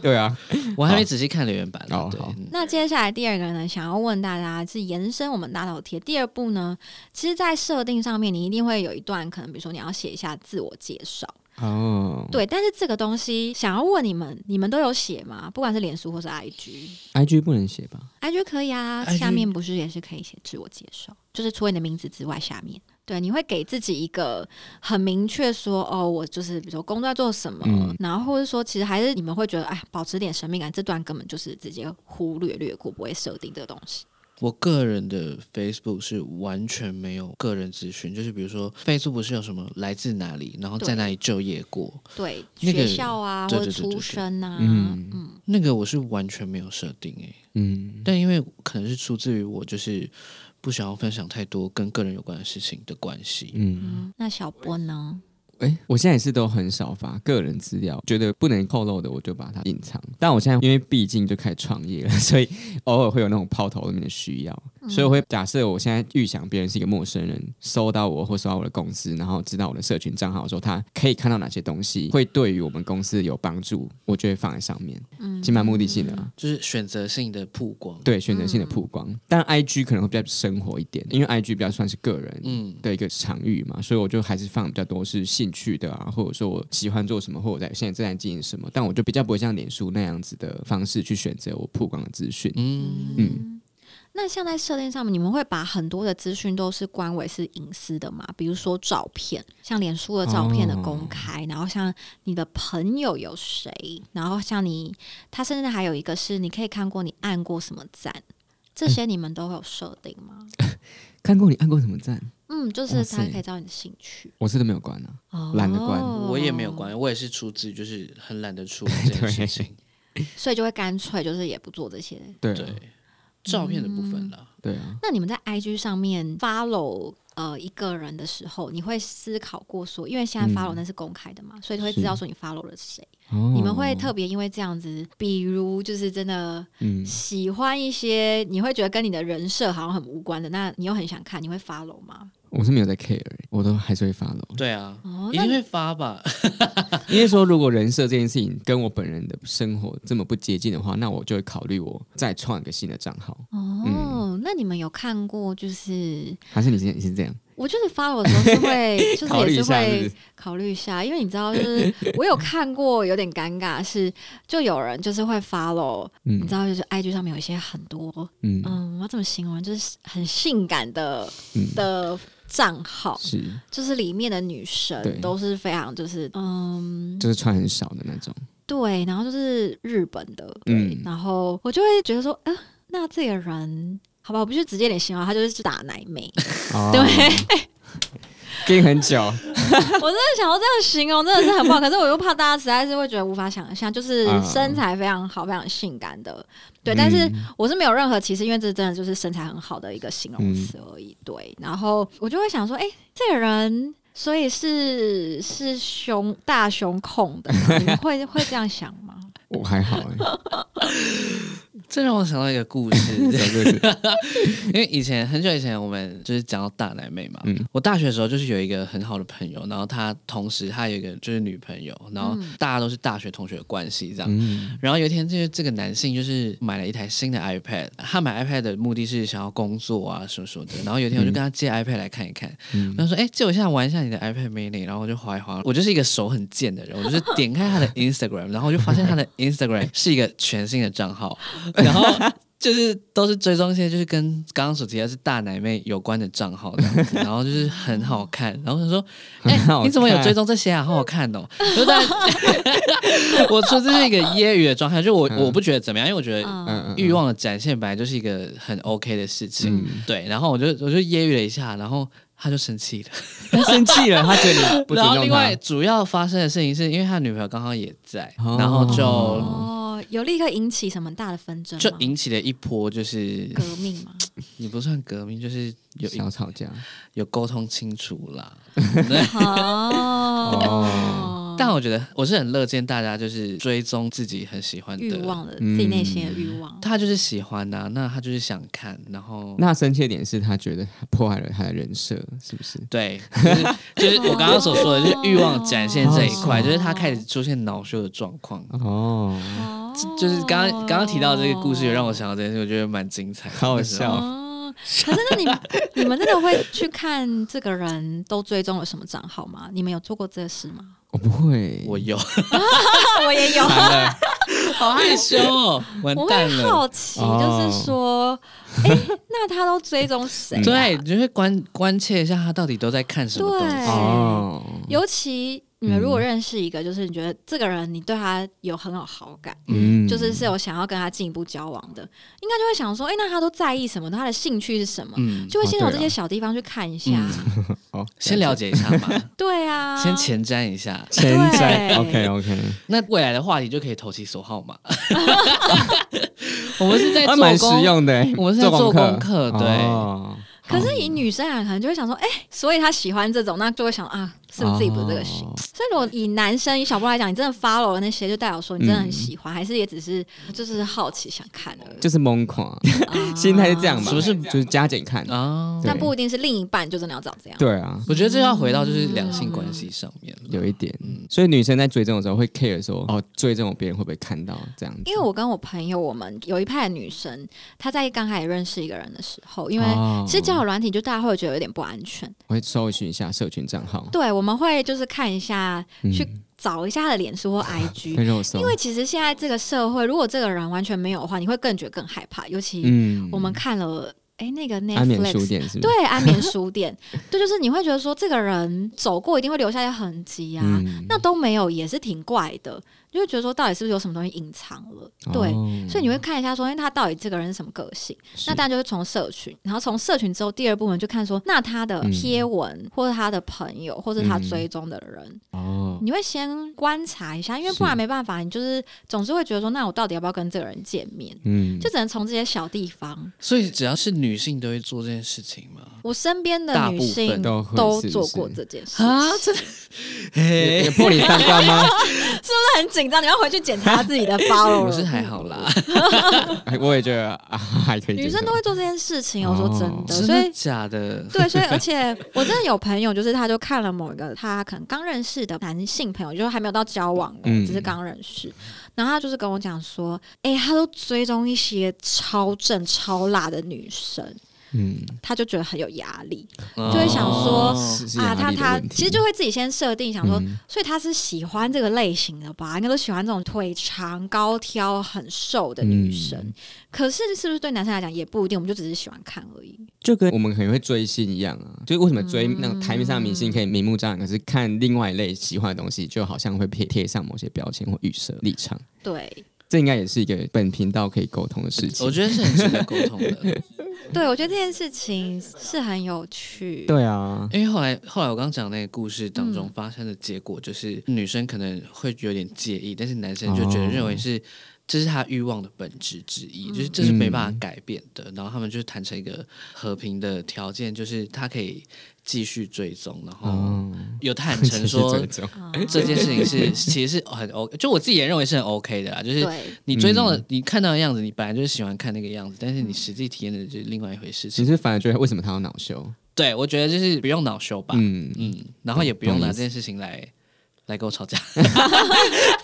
[SPEAKER 4] 对啊，
[SPEAKER 5] 我还没仔细看留言板呢。
[SPEAKER 4] 哦
[SPEAKER 5] 对
[SPEAKER 4] 好，
[SPEAKER 5] 嗯
[SPEAKER 3] 那接下来第二个呢，想要问大家是延伸我们大头贴。第二步呢，其实，在设定上面，你一定会有一段，可能比如说你要写一下自我介绍。
[SPEAKER 5] 嗯
[SPEAKER 4] 哦，
[SPEAKER 3] 对，但是这个东西想要问你们，你们都有写吗？不管是脸书或是 IG。
[SPEAKER 4] ，IG 不能写吧？
[SPEAKER 3] IG 可以啊，
[SPEAKER 5] IG
[SPEAKER 3] 下面不是也是可以写自我介绍，就是除了你的名字之外，下面对你会给自己一个很明确说，哦，我就是比如说工作在做什么，
[SPEAKER 4] 嗯
[SPEAKER 3] 然后或者说其实还是你们会觉得，哎，保持点神秘感，这段根本就是直接忽略略过，不会设定这个东西。
[SPEAKER 5] 我个人的 Facebook 是完全没有个人资讯，就是比如说 Facebook 不是有什么来自哪里，然后
[SPEAKER 3] 对
[SPEAKER 5] 在哪里就业过，
[SPEAKER 3] 对，
[SPEAKER 5] 那个
[SPEAKER 3] 学校啊，
[SPEAKER 5] 对
[SPEAKER 3] 或者
[SPEAKER 5] 对对对
[SPEAKER 3] 出身啊，
[SPEAKER 4] 嗯
[SPEAKER 3] 嗯
[SPEAKER 5] 那个我是完全没有设定诶、
[SPEAKER 4] 嗯，
[SPEAKER 5] 但因为可能是出自于我就是不想要分享太多跟个人有关的事情的关系。
[SPEAKER 4] 嗯，
[SPEAKER 3] 那小波呢？
[SPEAKER 4] 哎、我现在也是都很少发个人资料，觉得不能透露的我就把它隐藏。但我现在因为毕竟就开始创业了，所以偶尔会有那种抛头露面的需要。所以我会假设我现在预想别人是一个陌生人，搜到我或搜到我的公司，然后知道我的社群账号的时候，他可以看到哪些东西，会对于我们公司有帮助，我就会放在上面，嗯，蛮目的性的啦。
[SPEAKER 5] 就是选择性的曝光。
[SPEAKER 4] 对，选择性
[SPEAKER 3] 嗯
[SPEAKER 4] 的曝光，但 I G 可能会比较生活一点，因为 I G 比较算是个
[SPEAKER 3] 嗯
[SPEAKER 4] 人的一个场域嘛，所以我就还是放比较多是兴趣的啊，或者说我喜欢做什么，或者我在现在正在经营什么，但我就比较不会像脸书那样子的方式去选择我曝光的资讯。
[SPEAKER 5] 嗯，
[SPEAKER 4] 嗯，
[SPEAKER 3] 那像在设定上面，你们会把很多的资讯都是关为是隐私的嘛？比如说照片，像脸书的照片的
[SPEAKER 4] 哦
[SPEAKER 3] 公开，然后像你的朋友有谁，然后像你，他甚至还有一个是你可以看过你按过什么赞，
[SPEAKER 4] 嗯
[SPEAKER 3] 这些你们都会有设定吗？
[SPEAKER 4] 看过你按过什么赞？
[SPEAKER 3] 嗯，就
[SPEAKER 4] 哇
[SPEAKER 3] 是
[SPEAKER 4] 塞
[SPEAKER 3] 他可以知道你的兴趣，
[SPEAKER 4] 我是都没有关啊，
[SPEAKER 3] 哦
[SPEAKER 4] 懒得关
[SPEAKER 5] 我也没有关，我也是出自于就是很懒得处理这 件事情。
[SPEAKER 3] 所以就会干脆就是也不做这些。
[SPEAKER 4] 对啊
[SPEAKER 5] 对，照片的部分啦，
[SPEAKER 4] 对啊，
[SPEAKER 3] 那你们在 IG 上面 follow 呃一个人的时候，你会思考过说，因为现在
[SPEAKER 4] 嗯
[SPEAKER 3] follow 那是公开的嘛，所以会
[SPEAKER 4] 是
[SPEAKER 3] 知道说你 follow 了谁。
[SPEAKER 4] 哦
[SPEAKER 3] 你们会特别因为这样子，比如就是真的
[SPEAKER 4] 嗯，
[SPEAKER 3] 喜欢一些你会觉得跟你的人设好像很无关的，那你又很想看，你会 follow 吗？
[SPEAKER 4] 我是没有在 care，欸我都还是会 follow。
[SPEAKER 5] 对啊，
[SPEAKER 3] 哦
[SPEAKER 5] 一定会发吧？
[SPEAKER 4] 因为说，如果人设这件事情跟我本人的生活这么不接近的话，那我就会考虑我再创一个新的账号。
[SPEAKER 3] 哦，那你们有看过就是？
[SPEAKER 4] 还是你是你是这样？
[SPEAKER 3] 我就是 follow 的时候是会，就是
[SPEAKER 4] 考虑
[SPEAKER 3] 也
[SPEAKER 4] 一
[SPEAKER 3] 是
[SPEAKER 4] 下
[SPEAKER 3] 会
[SPEAKER 4] 是不是
[SPEAKER 3] 考虑一下，因为你知道，就是我有看过有点尴尬是，就有人就是会 follow，、
[SPEAKER 4] 嗯
[SPEAKER 3] 你知道，就是 IG 上面有一些很多，
[SPEAKER 4] 嗯，
[SPEAKER 3] 嗯，我要怎么形容，就是很性感的、
[SPEAKER 4] 嗯
[SPEAKER 3] 的账号，
[SPEAKER 4] 是，
[SPEAKER 3] 就是里面的女
[SPEAKER 4] 对
[SPEAKER 3] 神都是非常就是嗯
[SPEAKER 4] 就是穿很少的那种。
[SPEAKER 3] 对，然后就是日本的，对，
[SPEAKER 4] 嗯
[SPEAKER 3] 然后我就会觉得说，啊、那这个人。好吧，我必须直接点形容，他就是打奶妹。 对，
[SPEAKER 4] 哦跟很 久，
[SPEAKER 3] 我真的想要这样形容，真的是很不好。可是我又怕大家实在是会觉得无法想象，就是
[SPEAKER 4] 嗯
[SPEAKER 3] 身材非常好、非常性感的，对。
[SPEAKER 4] 嗯
[SPEAKER 3] 但是我是没有任何歧视，因为这真的就是身材很好的一个形容词而已。对，然后我就会想说，哎、这个人。所以是是胸大胸控的吗，你们会会这样想吗？
[SPEAKER 4] 我还好哎、欸，
[SPEAKER 5] 这让我想到一个故事，
[SPEAKER 4] 就是
[SPEAKER 5] 因为以前很久以前，我们就是讲到大奶妹嘛。
[SPEAKER 4] 嗯
[SPEAKER 5] 我大学的时候就是有一个很好的朋友，然后他同时他有一个就是女朋友，然后大家都是大学同学的关系这样。
[SPEAKER 4] 嗯
[SPEAKER 5] 然后有一天，就是这个男性就是买了一台新的 iPad，他买 iPad 的目的是想要工作啊什么什么的。然后有一天我就跟他借 iPad 来看一看，
[SPEAKER 4] 嗯
[SPEAKER 5] 然后说：“哎、借我一下玩一下你的 iPad mini。”然后我就划一划，我就是一个手很贱的人，我就是点开他 的 Instagram，然后我就发现他的 Instagram 是一个全新的 账号，然后。就是都是追踪一些就是跟刚刚所提到是大奶妹有关的账号这 样子，然后就是很好看，然后我想说，哎、
[SPEAKER 4] 很好看
[SPEAKER 5] 你怎么有追踪这些啊？好好看哦！就在 我说这是一个揶揄的状态，就我、我不觉得怎么样，因为我觉得
[SPEAKER 3] 嗯，
[SPEAKER 4] 嗯
[SPEAKER 5] 欲望的展现本来就是一个很 OK 的事情，对。然后我就我就揶揄了一下，然后他就生气了。
[SPEAKER 4] 他生气了，他觉得你不尊
[SPEAKER 5] 然后
[SPEAKER 4] 重
[SPEAKER 5] 另
[SPEAKER 4] 他
[SPEAKER 5] 外，主要发生的事情是因为他女朋友刚好也在，
[SPEAKER 4] 哦
[SPEAKER 5] 然后就
[SPEAKER 3] 哦，有立刻引起什么很大的纷争吗？
[SPEAKER 5] 就引起了一波就是
[SPEAKER 3] 革命吗？
[SPEAKER 5] 也不算革命，就是有
[SPEAKER 4] 小吵架
[SPEAKER 5] 有沟通清楚啦。
[SPEAKER 3] 哦，
[SPEAKER 5] 但我觉得我是很乐见大家就是追踪自己很喜欢
[SPEAKER 3] 欲
[SPEAKER 5] 的。
[SPEAKER 3] 望的自己内心的欲望，
[SPEAKER 5] 他就是喜欢呐、那他就是想看，然后
[SPEAKER 4] 那生气的点是他觉得破坏了他的人设，是不是？
[SPEAKER 5] 对，就是就是我刚刚所说的，就是欲望展现这一块，
[SPEAKER 4] 哦
[SPEAKER 5] 就是他开始出现恼羞的状况。
[SPEAKER 4] 哦，
[SPEAKER 3] 哦
[SPEAKER 5] 就就是刚刚刚刚提到这个故事，有让我想到这件事，我觉得蛮精彩的。
[SPEAKER 4] 好好笑
[SPEAKER 3] 哦，可是那你你们真的会去看这个人都追踪了什么账号吗？你们有做过这事吗？
[SPEAKER 4] 我哦不会，
[SPEAKER 5] 我有，
[SPEAKER 3] 啊，我也有， 啊
[SPEAKER 5] 好害羞哦，完
[SPEAKER 3] 我
[SPEAKER 5] 蛋
[SPEAKER 3] 会
[SPEAKER 5] 了。
[SPEAKER 3] 好奇，
[SPEAKER 4] 哦
[SPEAKER 3] 就是说，哎，那他都追踪谁
[SPEAKER 4] 嗯
[SPEAKER 3] 啊？
[SPEAKER 5] 对，你就会关关切一下他到底都在看什么东西。
[SPEAKER 3] 对
[SPEAKER 4] 哦，
[SPEAKER 3] 尤其你们如
[SPEAKER 5] 嗯
[SPEAKER 3] 果认识一个，就是你觉得这个人你对他有很有好感，
[SPEAKER 4] 嗯
[SPEAKER 3] 就是是有想要跟他进一步交往的，应该就会想说，哎，那他都在意什么？他的兴趣是什么？
[SPEAKER 5] 嗯，
[SPEAKER 3] 就会先
[SPEAKER 4] 哦
[SPEAKER 3] 从
[SPEAKER 4] 对
[SPEAKER 3] 这
[SPEAKER 4] 啊
[SPEAKER 3] 些小地方去看一下，
[SPEAKER 4] 好，
[SPEAKER 5] 先了解一下嘛，
[SPEAKER 3] 对啊，
[SPEAKER 5] 先前瞻一下。
[SPEAKER 4] 前瞻
[SPEAKER 3] 对
[SPEAKER 4] ，OK OK，
[SPEAKER 5] 那未来的话题就可以投其所 好嘛。我们是在
[SPEAKER 4] 他
[SPEAKER 5] 做
[SPEAKER 4] 蛮
[SPEAKER 5] 工，
[SPEAKER 4] 实用的欸，
[SPEAKER 5] 我们是在
[SPEAKER 4] 功
[SPEAKER 5] 做功课对
[SPEAKER 4] 哦
[SPEAKER 3] 可是以女生啊，可能就会想说，哎、所以他喜欢这种，那就会想啊，是不是自己不是这个型？
[SPEAKER 4] 哦
[SPEAKER 3] 所以如果以男生以小波来讲，你真的 follow 了那些，就代表说你真的很喜欢，还是也只是就是好奇想看而已。
[SPEAKER 4] 嗯就是懵狂，心态是这样吧？
[SPEAKER 5] 是不是
[SPEAKER 4] 就是加减看？
[SPEAKER 5] 啊。
[SPEAKER 4] 对
[SPEAKER 3] 但不一定是另一半就真的要长这样。
[SPEAKER 4] 对啊，
[SPEAKER 5] 我觉得这要回到就是两性关系上面了。
[SPEAKER 4] 有一点。所以女生在追这种时候会 care 说，哦，追这种别人会不会看到这样子？
[SPEAKER 3] 因为我跟我朋友，我们有一派的女生，她在刚开始认识一个人的时候，因为
[SPEAKER 4] 哦
[SPEAKER 3] 其实交友软体就大家会觉得有点不安全，
[SPEAKER 4] 我会搜寻一下社群账号，
[SPEAKER 3] 对，我们会就是看一下，去找一下她的脸 书或 IG，
[SPEAKER 4] 跟肉搜，
[SPEAKER 3] 因为其实现在这个社会，如果这个人完全没有的话，你会更觉得更害怕。尤其
[SPEAKER 4] 嗯
[SPEAKER 3] 我们看了，哎、那个
[SPEAKER 4] 安眠书
[SPEAKER 3] Netflix。
[SPEAKER 4] 店是不 是？
[SPEAKER 3] 对，安眠书店，对，就是你会觉得说这个人走过一定会留下一些痕迹啊，
[SPEAKER 4] 嗯
[SPEAKER 3] 那都没有，也是挺怪的，就会觉得说到底是不是有什么东西隐藏了？对，
[SPEAKER 4] 哦
[SPEAKER 3] 所以你会看一下说，哎，他到底这个人是什么个性？
[SPEAKER 4] 是
[SPEAKER 3] 那当然就是从社群，然后从社群之后，第二部分就看说，那他的
[SPEAKER 4] 嗯
[SPEAKER 3] 贴文、或者他的朋友或者他追踪的人，
[SPEAKER 4] 哦，
[SPEAKER 3] 你会先观察一下，因为
[SPEAKER 4] 是
[SPEAKER 3] 不然没办法，你就是总是会觉得说，那我到底要不要跟这个人见面？
[SPEAKER 4] 嗯，
[SPEAKER 3] 就只能从这些小地方。
[SPEAKER 5] 所以只要是女性都会做这件事情吗？
[SPEAKER 3] 我身边的
[SPEAKER 5] 大
[SPEAKER 3] 女
[SPEAKER 5] 部分
[SPEAKER 3] 性
[SPEAKER 4] 都会
[SPEAKER 3] 都
[SPEAKER 4] 是不
[SPEAKER 3] 做
[SPEAKER 4] 是
[SPEAKER 3] 过这件事，
[SPEAKER 5] 啊，真的？
[SPEAKER 4] 有
[SPEAKER 5] 嘿
[SPEAKER 4] 有，哎破你三观 吗？
[SPEAKER 3] 那很紧张，你要回去检查自己的包了。
[SPEAKER 5] 我是还好啦，
[SPEAKER 4] 哎我也觉得啊，还可以接受。
[SPEAKER 3] 女生都会做这件事情，我说真
[SPEAKER 4] 哦
[SPEAKER 3] 的，
[SPEAKER 5] 真
[SPEAKER 3] 所以
[SPEAKER 5] 的假的？
[SPEAKER 3] 对，所以而且我真的有朋友，就是他就看了某一个他可能刚认识的男性朋友，就是还没有到交往哦，
[SPEAKER 4] 嗯
[SPEAKER 3] 只是刚认识，然后他就是跟我讲说，哎、他都追踪一些超正超辣的女生，
[SPEAKER 4] 嗯，哦
[SPEAKER 3] 他就觉得很有压力
[SPEAKER 5] 就
[SPEAKER 3] 会想说
[SPEAKER 5] 哦
[SPEAKER 4] 是是
[SPEAKER 3] 啊，
[SPEAKER 4] 压
[SPEAKER 3] 他
[SPEAKER 4] 力的
[SPEAKER 3] 他
[SPEAKER 4] 问题
[SPEAKER 3] 其实就会自己先设定想说，
[SPEAKER 4] 嗯
[SPEAKER 3] 所以他是喜欢这个类型的吧？应该都喜欢这种腿长、高挑、很瘦的女生，
[SPEAKER 4] 嗯
[SPEAKER 3] 可是是不是对男生来讲也不一定，我们就只是喜欢看而已。
[SPEAKER 4] 就跟我们可能会追星一样啊，就是为什么追那个台面上的明星可以明目张胆，可是看另外一类喜欢的东西，就好像会贴贴上某些标签或预设立场。
[SPEAKER 3] 对，
[SPEAKER 4] 这应该也是一个本频道可以沟通的事情。
[SPEAKER 5] 我觉得是很值得沟通的，
[SPEAKER 3] 对，我觉得这件事情是很有趣。
[SPEAKER 4] 对啊，
[SPEAKER 5] 因为后来后来我刚讲那个故事当中发生的结果，就是女生可能会有点介意，但是男生就觉得
[SPEAKER 4] 哦
[SPEAKER 5] 认为是。这是他欲望的本质之一，
[SPEAKER 3] 嗯
[SPEAKER 5] 就是这是没办法改变的。然后他们就谈成一个和平的条件，就是他可以继续追踪，然后
[SPEAKER 4] 哦，
[SPEAKER 5] 有 坦
[SPEAKER 4] 这
[SPEAKER 5] 诚
[SPEAKER 4] 是
[SPEAKER 5] 说
[SPEAKER 4] 哎这种
[SPEAKER 3] 啊
[SPEAKER 5] 哎这件事 情是其实是很 OK，就我自己也认为是很 OK 的啦。就是
[SPEAKER 3] 对，
[SPEAKER 5] 你追踪了，
[SPEAKER 4] 嗯
[SPEAKER 5] 你看到的样子，你本来就是喜欢看那个样子，但是你实际体验的就是另外一回事
[SPEAKER 4] 其
[SPEAKER 5] 情。
[SPEAKER 4] 实反而觉得为什么他要恼羞？
[SPEAKER 5] 对，我觉得就是不用恼羞吧，嗯
[SPEAKER 4] 嗯，
[SPEAKER 5] 然后也不用拿
[SPEAKER 4] 懂意
[SPEAKER 5] 这
[SPEAKER 4] 思
[SPEAKER 5] 件事情来来跟我吵架，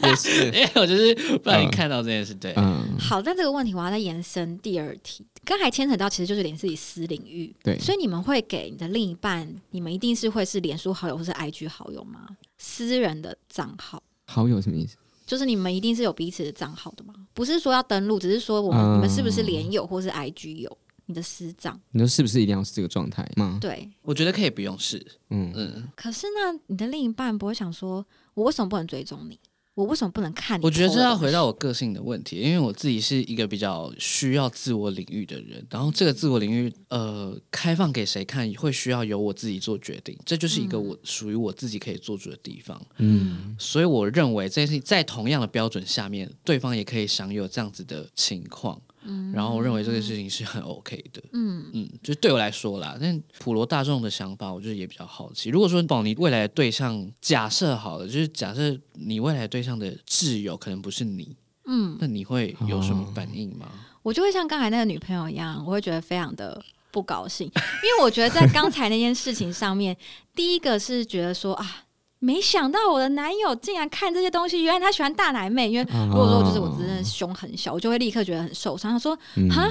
[SPEAKER 4] 也是
[SPEAKER 5] 因，为我就是不小心看到这件事。对，
[SPEAKER 4] 嗯，
[SPEAKER 3] 好，但这个问题我要再延伸第二题。刚才牵扯到，其实就是连自己私领域。
[SPEAKER 4] 对
[SPEAKER 3] 所以你们会给你的另一半，你们一定是会是脸书好友或是 IG 好友吗？私人的账号，
[SPEAKER 4] 好友什么意思？
[SPEAKER 3] 就是你们一定是有彼此的账号的吗？不是说要登录，只是说我们、
[SPEAKER 5] 嗯
[SPEAKER 3] 你们是不是连友或是 IG 友？你的私账？
[SPEAKER 4] 你说是不是一定要是这个状态吗？
[SPEAKER 3] 对。
[SPEAKER 5] 我觉得可以不用试，
[SPEAKER 4] 嗯，
[SPEAKER 5] 嗯，
[SPEAKER 3] 可是呢，你的另一半不会想说，我为什么不能追踪你？我为什么不能看你？
[SPEAKER 5] 我觉得这要回到我个性的问题，因为我自己是一个比较需要自我领域的人，然后这个自我领域，呃，开放给谁看会需要由我自己做决定，这就是一个我属于我自己可以做主的地方。嗯，所以我认为这是在同样的标准下面，对方也可以享有这样子的情况。嗯，然后我认为这个事情是很 OK 的。
[SPEAKER 3] 嗯，
[SPEAKER 5] 嗯，就对我来说啦，但普罗大众的想法，我就是也比较好奇。如果说宝，你未来的对象假设好了，就是假设你未来对象的挚友可能不是你，
[SPEAKER 3] 嗯，
[SPEAKER 5] 那你会有什么反应吗？
[SPEAKER 3] 我就会像刚才那个女朋友一样，我会觉得非常的不高兴，因为我觉得在刚才那件事情上面，第一个是觉得说啊。没想到我的男友竟然看这些东西，原来他喜欢大奶妹。因为如果说我就是我真的胸很小，我就会立刻觉得很受伤。他说：“
[SPEAKER 5] 嗯
[SPEAKER 3] 哈，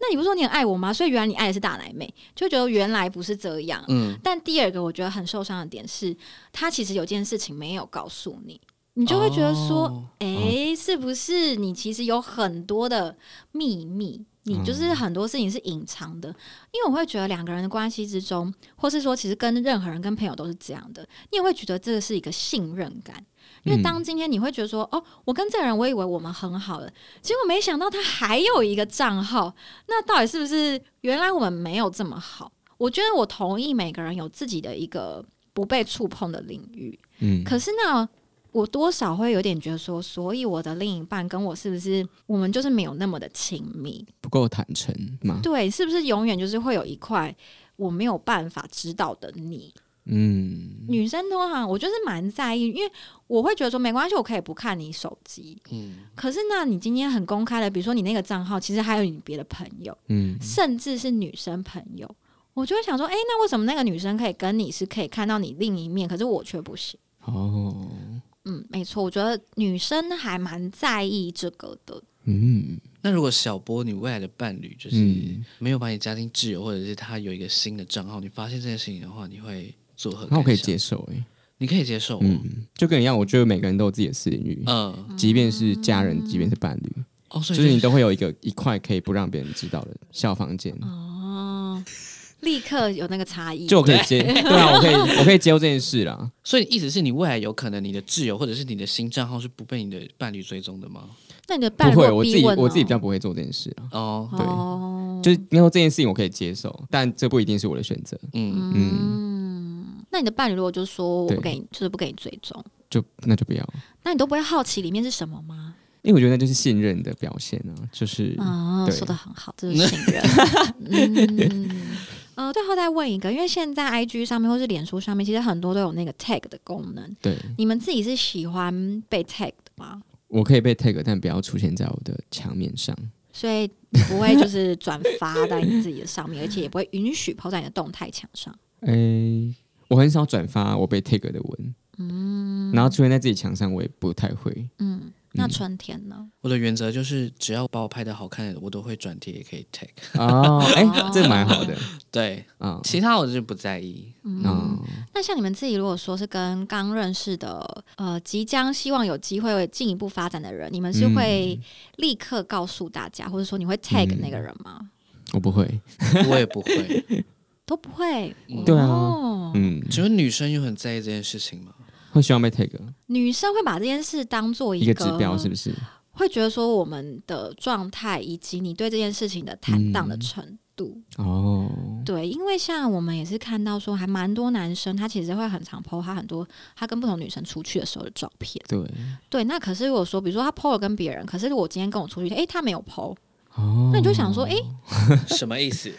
[SPEAKER 3] 那你不是说你很爱我吗？所以原来你爱的是大奶妹，就觉得原来不是这样。”
[SPEAKER 5] 嗯，
[SPEAKER 3] 但第二个我觉得很受伤的点是，他其实有件事情没有告诉你，你就会觉得说，
[SPEAKER 5] 哦
[SPEAKER 3] 哎、是不是你其实有很多的秘密？你就是很多事情是隐藏的，因为我会觉得两个人的关系之中，或是说其实跟任何人、跟朋友都是这样的，你也会觉得这个是一个信任感。因为当今天你会觉得说，哦，我跟这个人，我以为我们很好了，结果没想到他还有一个账号，那到底是不是原来我们没有这么好？我觉得我同意每个人有自己的一个不被触碰的领域，
[SPEAKER 4] 嗯，
[SPEAKER 3] 可是呢，我多少会有点觉得说，所以我的另一半跟我是不是我们就是没有那么的亲密？
[SPEAKER 4] 不够坦诚吗？
[SPEAKER 3] 对，是不是永远就是会有一块我没有办法知道的你。
[SPEAKER 4] 嗯，
[SPEAKER 3] 女生通常我就是蛮在意，因为我会觉得说没关系，我可以不看你手机。
[SPEAKER 5] 嗯，
[SPEAKER 3] 可是那你今天很公开的，比如说你那个账号，其实还有你别的朋友，
[SPEAKER 4] 嗯，
[SPEAKER 3] 甚至是女生朋友，我就会想说，诶，那为什么那个女生可以跟你是可以看到你另一面，可是我却不行？
[SPEAKER 4] 哦，
[SPEAKER 3] 嗯，没错，我觉得女生还蛮在意这个的。
[SPEAKER 4] 嗯，
[SPEAKER 5] 那如果小波你未来的伴侣就是
[SPEAKER 4] 嗯
[SPEAKER 5] 没有把你加进挚友，或者是他有一个新的账号，你发现这件事情的话，你会作何？
[SPEAKER 4] 那我可以接，受哎、
[SPEAKER 5] 你可以接受哦，
[SPEAKER 4] 嗯，就跟你一样，我觉得每个人都有自己的私领域，
[SPEAKER 5] 嗯，
[SPEAKER 4] 即便是家人，即便是伴侣，
[SPEAKER 5] 哦，
[SPEAKER 4] 嗯
[SPEAKER 5] 所
[SPEAKER 4] 就
[SPEAKER 5] 以
[SPEAKER 4] 是你嗯都会有一个一块可以不让别人知道的小房间，
[SPEAKER 3] 哦，立刻有那个差异，
[SPEAKER 4] 就我可以接， 对啊，我可以，我可以接受这件事啦。
[SPEAKER 5] 所以意思是你未来有可能你的挚友或者是你的新账号是不被你的伴侣追踪的吗？
[SPEAKER 3] 那你的
[SPEAKER 4] 不
[SPEAKER 3] 伴侣
[SPEAKER 4] 会，
[SPEAKER 3] 如果
[SPEAKER 4] 我
[SPEAKER 3] 逼
[SPEAKER 4] 自啊己
[SPEAKER 3] 问哦
[SPEAKER 4] 我自己比较不会做这件事啊。
[SPEAKER 5] 哦，
[SPEAKER 4] 对
[SPEAKER 3] 哦，
[SPEAKER 4] 就是嗯因为这件事情我可以接受，但这不一定是我的选择，
[SPEAKER 5] 嗯，
[SPEAKER 3] 嗯，那你的伴侣如果就说我
[SPEAKER 4] 对
[SPEAKER 3] 不给你，就是不给你追踪，
[SPEAKER 4] 就那就不要，
[SPEAKER 3] 那你都不会好奇里面是什么吗？
[SPEAKER 4] 因为我觉得那就是信任的表现啊，就是
[SPEAKER 3] 啊、
[SPEAKER 4] 对
[SPEAKER 3] 说的很好，这是 信任。嗯，呃，最后再问一个，因为现在 I G 上面或是脸书上面，其实很多都有那个 tag 的功能。
[SPEAKER 4] 对
[SPEAKER 3] 你们自己是喜欢被 tag 的吗？
[SPEAKER 4] 我可以被 tag，但不要出现在我的墙面上。
[SPEAKER 3] 所以你不会就是转发在你自己的上面，而且也不会允许抛在你的动态墙上。
[SPEAKER 4] 哎、我很少转发我被 tag 的文，嗯，然后出现在自己墙上，我也不太会。
[SPEAKER 3] 嗯，那春天呢？
[SPEAKER 5] 我的原则就是只要把我拍的好看的，我都会转贴，也可以 tag。
[SPEAKER 4] 哦， 哎、这蛮好的
[SPEAKER 5] 对，
[SPEAKER 4] 啊
[SPEAKER 5] 其他我就不在意。
[SPEAKER 3] 嗯，
[SPEAKER 4] 啊，
[SPEAKER 3] 那像你们自己如果说是跟刚认识的，呃，即将希望有机会进一步发展的人，你们是会立刻告诉大家，或者说你会 tag
[SPEAKER 4] 嗯
[SPEAKER 3] 那个人吗？
[SPEAKER 4] 我不会，
[SPEAKER 5] 我也不会。
[SPEAKER 3] 都不会。
[SPEAKER 5] 嗯
[SPEAKER 4] 对啊
[SPEAKER 3] 哦
[SPEAKER 4] 嗯，
[SPEAKER 5] 请问女生有很在意这件事情吗？
[SPEAKER 4] 会希望被 tag
[SPEAKER 3] 女生会把这件事当做
[SPEAKER 4] 一
[SPEAKER 3] 个
[SPEAKER 4] 个指标，是不是？
[SPEAKER 3] 会觉得说我们的状态以及你对这件事情的坦荡的
[SPEAKER 4] 嗯
[SPEAKER 3] 程度。
[SPEAKER 4] 哦，
[SPEAKER 3] 对，因为像我们也是看到说，还蛮多男生他其实会很常 PO 他很多他跟不同女生出去的时候的照片。
[SPEAKER 4] 对，
[SPEAKER 3] 对，那可是如果说，比如说他 PO 了跟别人，可是如果今天跟我出去，诶，他没有 PO，
[SPEAKER 4] 哦，
[SPEAKER 3] 那你就想说，诶，
[SPEAKER 5] 什么意思？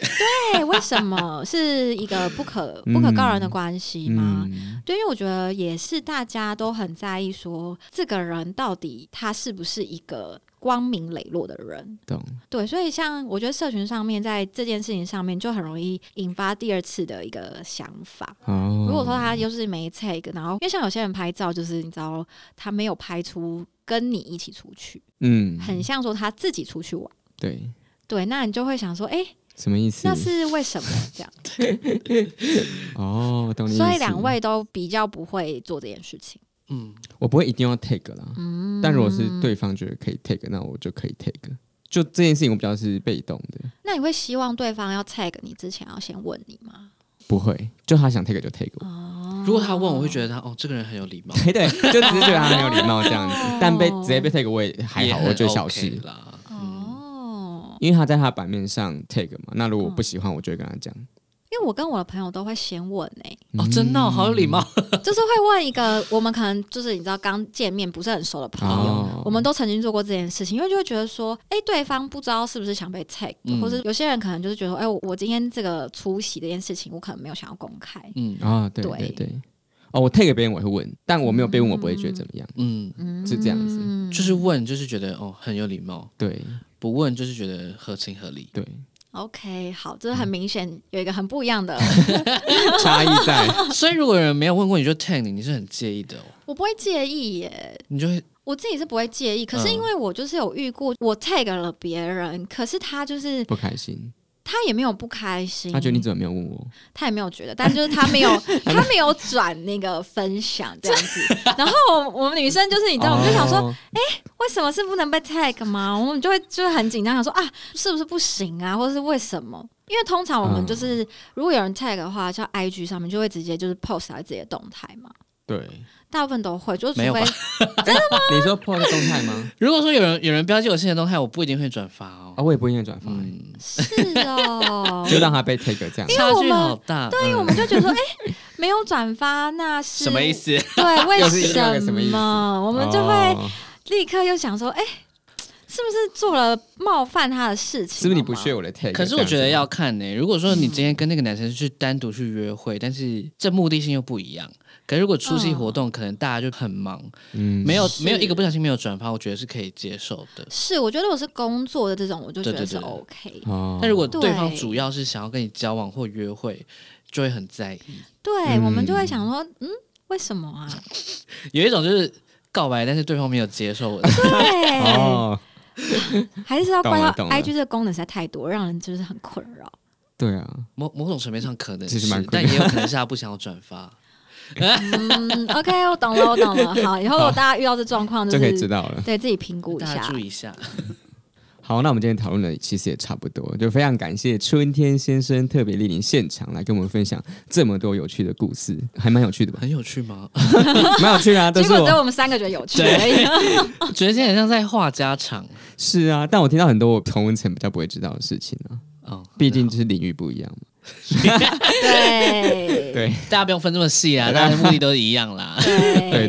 [SPEAKER 3] 对，为什么是一个不可不可告人的关系吗？
[SPEAKER 4] 嗯
[SPEAKER 3] 对，因为我觉得也是，大家都很在意说这个人到底他是不是一个光明磊落的人。
[SPEAKER 4] 懂，
[SPEAKER 3] 对，所以像我觉得社群上面在这件事情上面就很容易引发第二次的一个想法。
[SPEAKER 4] 哦，
[SPEAKER 3] 如果说他就是没 take，然后因为像有些人拍照，就是你知道他没有拍出跟你一起出去，
[SPEAKER 4] 嗯，
[SPEAKER 3] 很像说他自己出去玩。
[SPEAKER 4] 对，
[SPEAKER 3] 对，那你就会想说，哎、
[SPEAKER 4] 什么意思？
[SPEAKER 3] 那是为什么这样？
[SPEAKER 4] 哦，懂你意思。
[SPEAKER 3] 所以两，位都比较不会做这件事情。
[SPEAKER 5] 嗯，
[SPEAKER 4] 我不会一定要 take 啦，
[SPEAKER 3] 嗯，
[SPEAKER 4] 但如果是对方觉得可以 take，那我就可以 take。就这件事情，我比较是被动的，
[SPEAKER 3] 那你会希望对方要 tag 你之前要先问你吗？
[SPEAKER 4] 不会，就他想 take 就 take 我。
[SPEAKER 3] 哦
[SPEAKER 5] 如果他问，我会觉得他哦，这个人很有礼貌，
[SPEAKER 4] 对对，就只是觉得他没有礼貌这样子
[SPEAKER 3] 哦，
[SPEAKER 4] 但被直接被 take 我也还
[SPEAKER 5] 也
[SPEAKER 4] 好，
[SPEAKER 5] 很
[SPEAKER 4] 我觉得小事，
[SPEAKER 5] OK 啦。嗯，
[SPEAKER 3] 哦，
[SPEAKER 4] 因为他在他的版面上 take 嘛。那
[SPEAKER 3] 嗯
[SPEAKER 4] 如果我不喜欢，我就会跟他讲。
[SPEAKER 3] 因为我跟我的朋友都会先问诶、
[SPEAKER 5] 哦，真的哦好有礼貌。
[SPEAKER 3] 就是会问一个我们可能就是你知道刚见面不是很熟的朋友。
[SPEAKER 4] 哦
[SPEAKER 3] 我们都曾经做过这件事情，因为就会觉得说，哎、对方不知道是不是想被 tag，、的，
[SPEAKER 5] 嗯
[SPEAKER 3] 或者有些人可能就是觉得说，哎、我我今天这个出席这件事情，我可能没有想要公开，
[SPEAKER 5] 嗯
[SPEAKER 4] 啊，对
[SPEAKER 3] 对
[SPEAKER 4] 对对，哦，我 take 别人我会问，但我没有被问，我不会觉得怎么样，
[SPEAKER 5] 嗯，
[SPEAKER 3] 嗯，
[SPEAKER 4] 是这样子
[SPEAKER 5] 就是问，就是觉得哦很有礼貌；
[SPEAKER 4] 对
[SPEAKER 5] 不问，就是觉得合情 合理。
[SPEAKER 4] 对，
[SPEAKER 3] OK，好，这很明显有一个很不一样的，
[SPEAKER 4] 差异在，
[SPEAKER 5] 所以如果有人没有问过你就 tag 你，你是很介意的哦，
[SPEAKER 3] 我不会介意耶，
[SPEAKER 5] 你就会
[SPEAKER 3] 我自己是不会介意。可是
[SPEAKER 5] 嗯
[SPEAKER 3] 因为我就是有遇过，我 tag 了别人，可是他就是
[SPEAKER 4] 不 开心，
[SPEAKER 3] 他也没有不开心，
[SPEAKER 4] 他觉得你怎么没有问我？
[SPEAKER 3] 他也没有觉得，但就是他没有他没有转那个分享这样子。然后我我们女生就是你知道，我们就想说，
[SPEAKER 4] 哦，
[SPEAKER 3] 为什么是不能被 tag 吗？我们就会就是很紧张，想说啊，是不是不行啊，或者是为什么？因为通常我们就是、如果有人 tag 的话，像 IG 上面就会直接就是 post 在自己的动态嘛。
[SPEAKER 4] 对，
[SPEAKER 3] 大部分都会，就是除
[SPEAKER 5] 没有吧
[SPEAKER 3] 非
[SPEAKER 4] 你说破个动态吗？
[SPEAKER 5] 如果说有人有人标记我新的动态，我不一定会转发
[SPEAKER 4] 啊，
[SPEAKER 5] 哦。
[SPEAKER 4] 我也不会念转发，
[SPEAKER 5] 嗯，
[SPEAKER 3] 是 哦，
[SPEAKER 4] 就让他被 take 这样。
[SPEAKER 5] 差距好大。嗯
[SPEAKER 3] 对，因为我们就觉得说，哎、没有转发那是
[SPEAKER 5] 什么意？思？
[SPEAKER 3] 对，为
[SPEAKER 4] 又是另外一个
[SPEAKER 3] 什
[SPEAKER 4] 什么意思
[SPEAKER 3] 么？我
[SPEAKER 4] 我
[SPEAKER 3] 们就会立刻又想说，哎、是是不是做了冒犯他的事情？
[SPEAKER 4] 是不是你不
[SPEAKER 3] 好吗
[SPEAKER 4] 屑我的 take？
[SPEAKER 5] 可是我觉得要看呢、如果说
[SPEAKER 3] 嗯
[SPEAKER 5] 你今天跟那个男生去单独去约会，但是这目的性又不一样。可是如果出席
[SPEAKER 3] 嗯
[SPEAKER 5] 活动，可能大家就很忙，
[SPEAKER 4] 嗯
[SPEAKER 5] 没有
[SPEAKER 3] 是哦
[SPEAKER 5] 没有一个不小心没有转发，我觉得是可以接受的。
[SPEAKER 3] 是，我觉得如果是工作的这种，我就觉得是
[SPEAKER 5] 对对对
[SPEAKER 3] OK。
[SPEAKER 4] 哦
[SPEAKER 5] 但如果对
[SPEAKER 3] 对
[SPEAKER 5] 方主要是想要跟你交往或约会，就会很在意。
[SPEAKER 3] 对，我们就会想说，嗯，为什么 啊？
[SPEAKER 5] 有一种就是告白，但是对方没有接受我的，
[SPEAKER 3] 对，
[SPEAKER 4] 哦，
[SPEAKER 3] 还是要
[SPEAKER 4] 懂了
[SPEAKER 3] 怪到
[SPEAKER 4] 懂了
[SPEAKER 3] IG 这个功能实在太多，让人就是很困扰。
[SPEAKER 4] 对啊，
[SPEAKER 5] 某某种层面上可能
[SPEAKER 4] 其实
[SPEAKER 5] 是
[SPEAKER 4] 蛮，
[SPEAKER 5] 但也有可能是他不想要转 发。
[SPEAKER 3] 嗯，OK，我懂了，我懂 了。好，以后如果大家遇到这状况，
[SPEAKER 4] 就可以
[SPEAKER 3] 是
[SPEAKER 4] 知道了。
[SPEAKER 3] 对自己评估一
[SPEAKER 5] 大家
[SPEAKER 3] 下。
[SPEAKER 5] 注意一下，
[SPEAKER 4] 好，那我们今天讨论的其实也差不多，就非常感谢春天先生特别莅临现场来跟我们分享这么多有趣的故事，还蛮有趣的 吧？
[SPEAKER 5] 很有趣吗？
[SPEAKER 4] 蛮有趣的啊，都
[SPEAKER 3] 结
[SPEAKER 4] 是
[SPEAKER 3] 果只有
[SPEAKER 4] 我
[SPEAKER 3] 我们三个觉得有趣 而已。
[SPEAKER 5] 我 觉得今天很像在话家常。
[SPEAKER 4] 是啊，但我听到很多我同文层比较不会知道的事情啊，
[SPEAKER 5] 哦，
[SPEAKER 4] 毕竟就是领域不一样嘛。
[SPEAKER 3] 对
[SPEAKER 4] 对
[SPEAKER 5] 大家不用分这么细啊，大家的目的都一样啦。
[SPEAKER 4] 对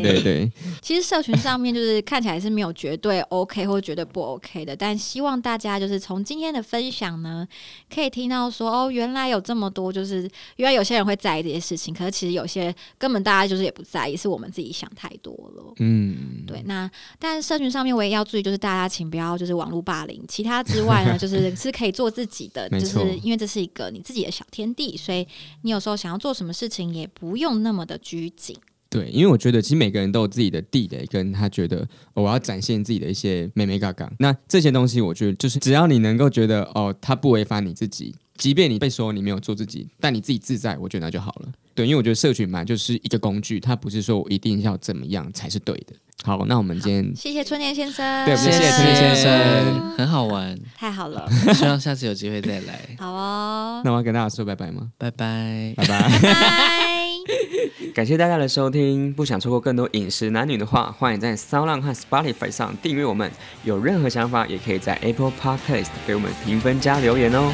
[SPEAKER 3] 对
[SPEAKER 4] 对对，
[SPEAKER 3] 其实社群上面就是看起来是没有绝对 OK 或绝对不 OK 的，但希望大家就是从今天的分享呢，可以听到说哦，原来有这么多，就是原来有些人会在意这些事情，可是其实有些根本大家就是也不在意，是我们自己想太多了。
[SPEAKER 4] 嗯，
[SPEAKER 3] 对，那但社群上面我也要注意，就是大家请不要就是网络霸凌。其他之外呢，就是是可以做自己的，
[SPEAKER 4] 没
[SPEAKER 3] 就
[SPEAKER 4] 错
[SPEAKER 3] 是因为这是一个你自己的小天地，所以你有时候想要做什么事情也不用那么的拘谨。
[SPEAKER 4] 对，因为我觉得其实每个人都有自己的地雷，跟他觉得、哦我要展现自己的一些美美嘎嘎。那这些东西，我觉得就是只要你能够觉得哦，他不违反你自己，即便你被说你没有做自己，但你自己自在，我觉得那就好了。对，因为我觉得社群嘛就是一个工具，它不是说我一定要怎么样才是对的。好，那我们今天
[SPEAKER 3] 谢谢春田先生，
[SPEAKER 4] 对我们谢谢春田先生，
[SPEAKER 5] 很好玩，
[SPEAKER 3] 太好了，
[SPEAKER 5] 希望下次有机会再来，
[SPEAKER 3] 好哦，
[SPEAKER 4] 那我要跟大家说拜拜吗？
[SPEAKER 5] 拜拜。
[SPEAKER 4] 拜拜。
[SPEAKER 3] 拜。
[SPEAKER 2] 感谢大家的收听，不想错过更多饮食男女的话，欢迎在 Sound 和 Spotify 上订阅我们。有任何想法，也可以在 Apple Podcast 给我们评分加留言哦。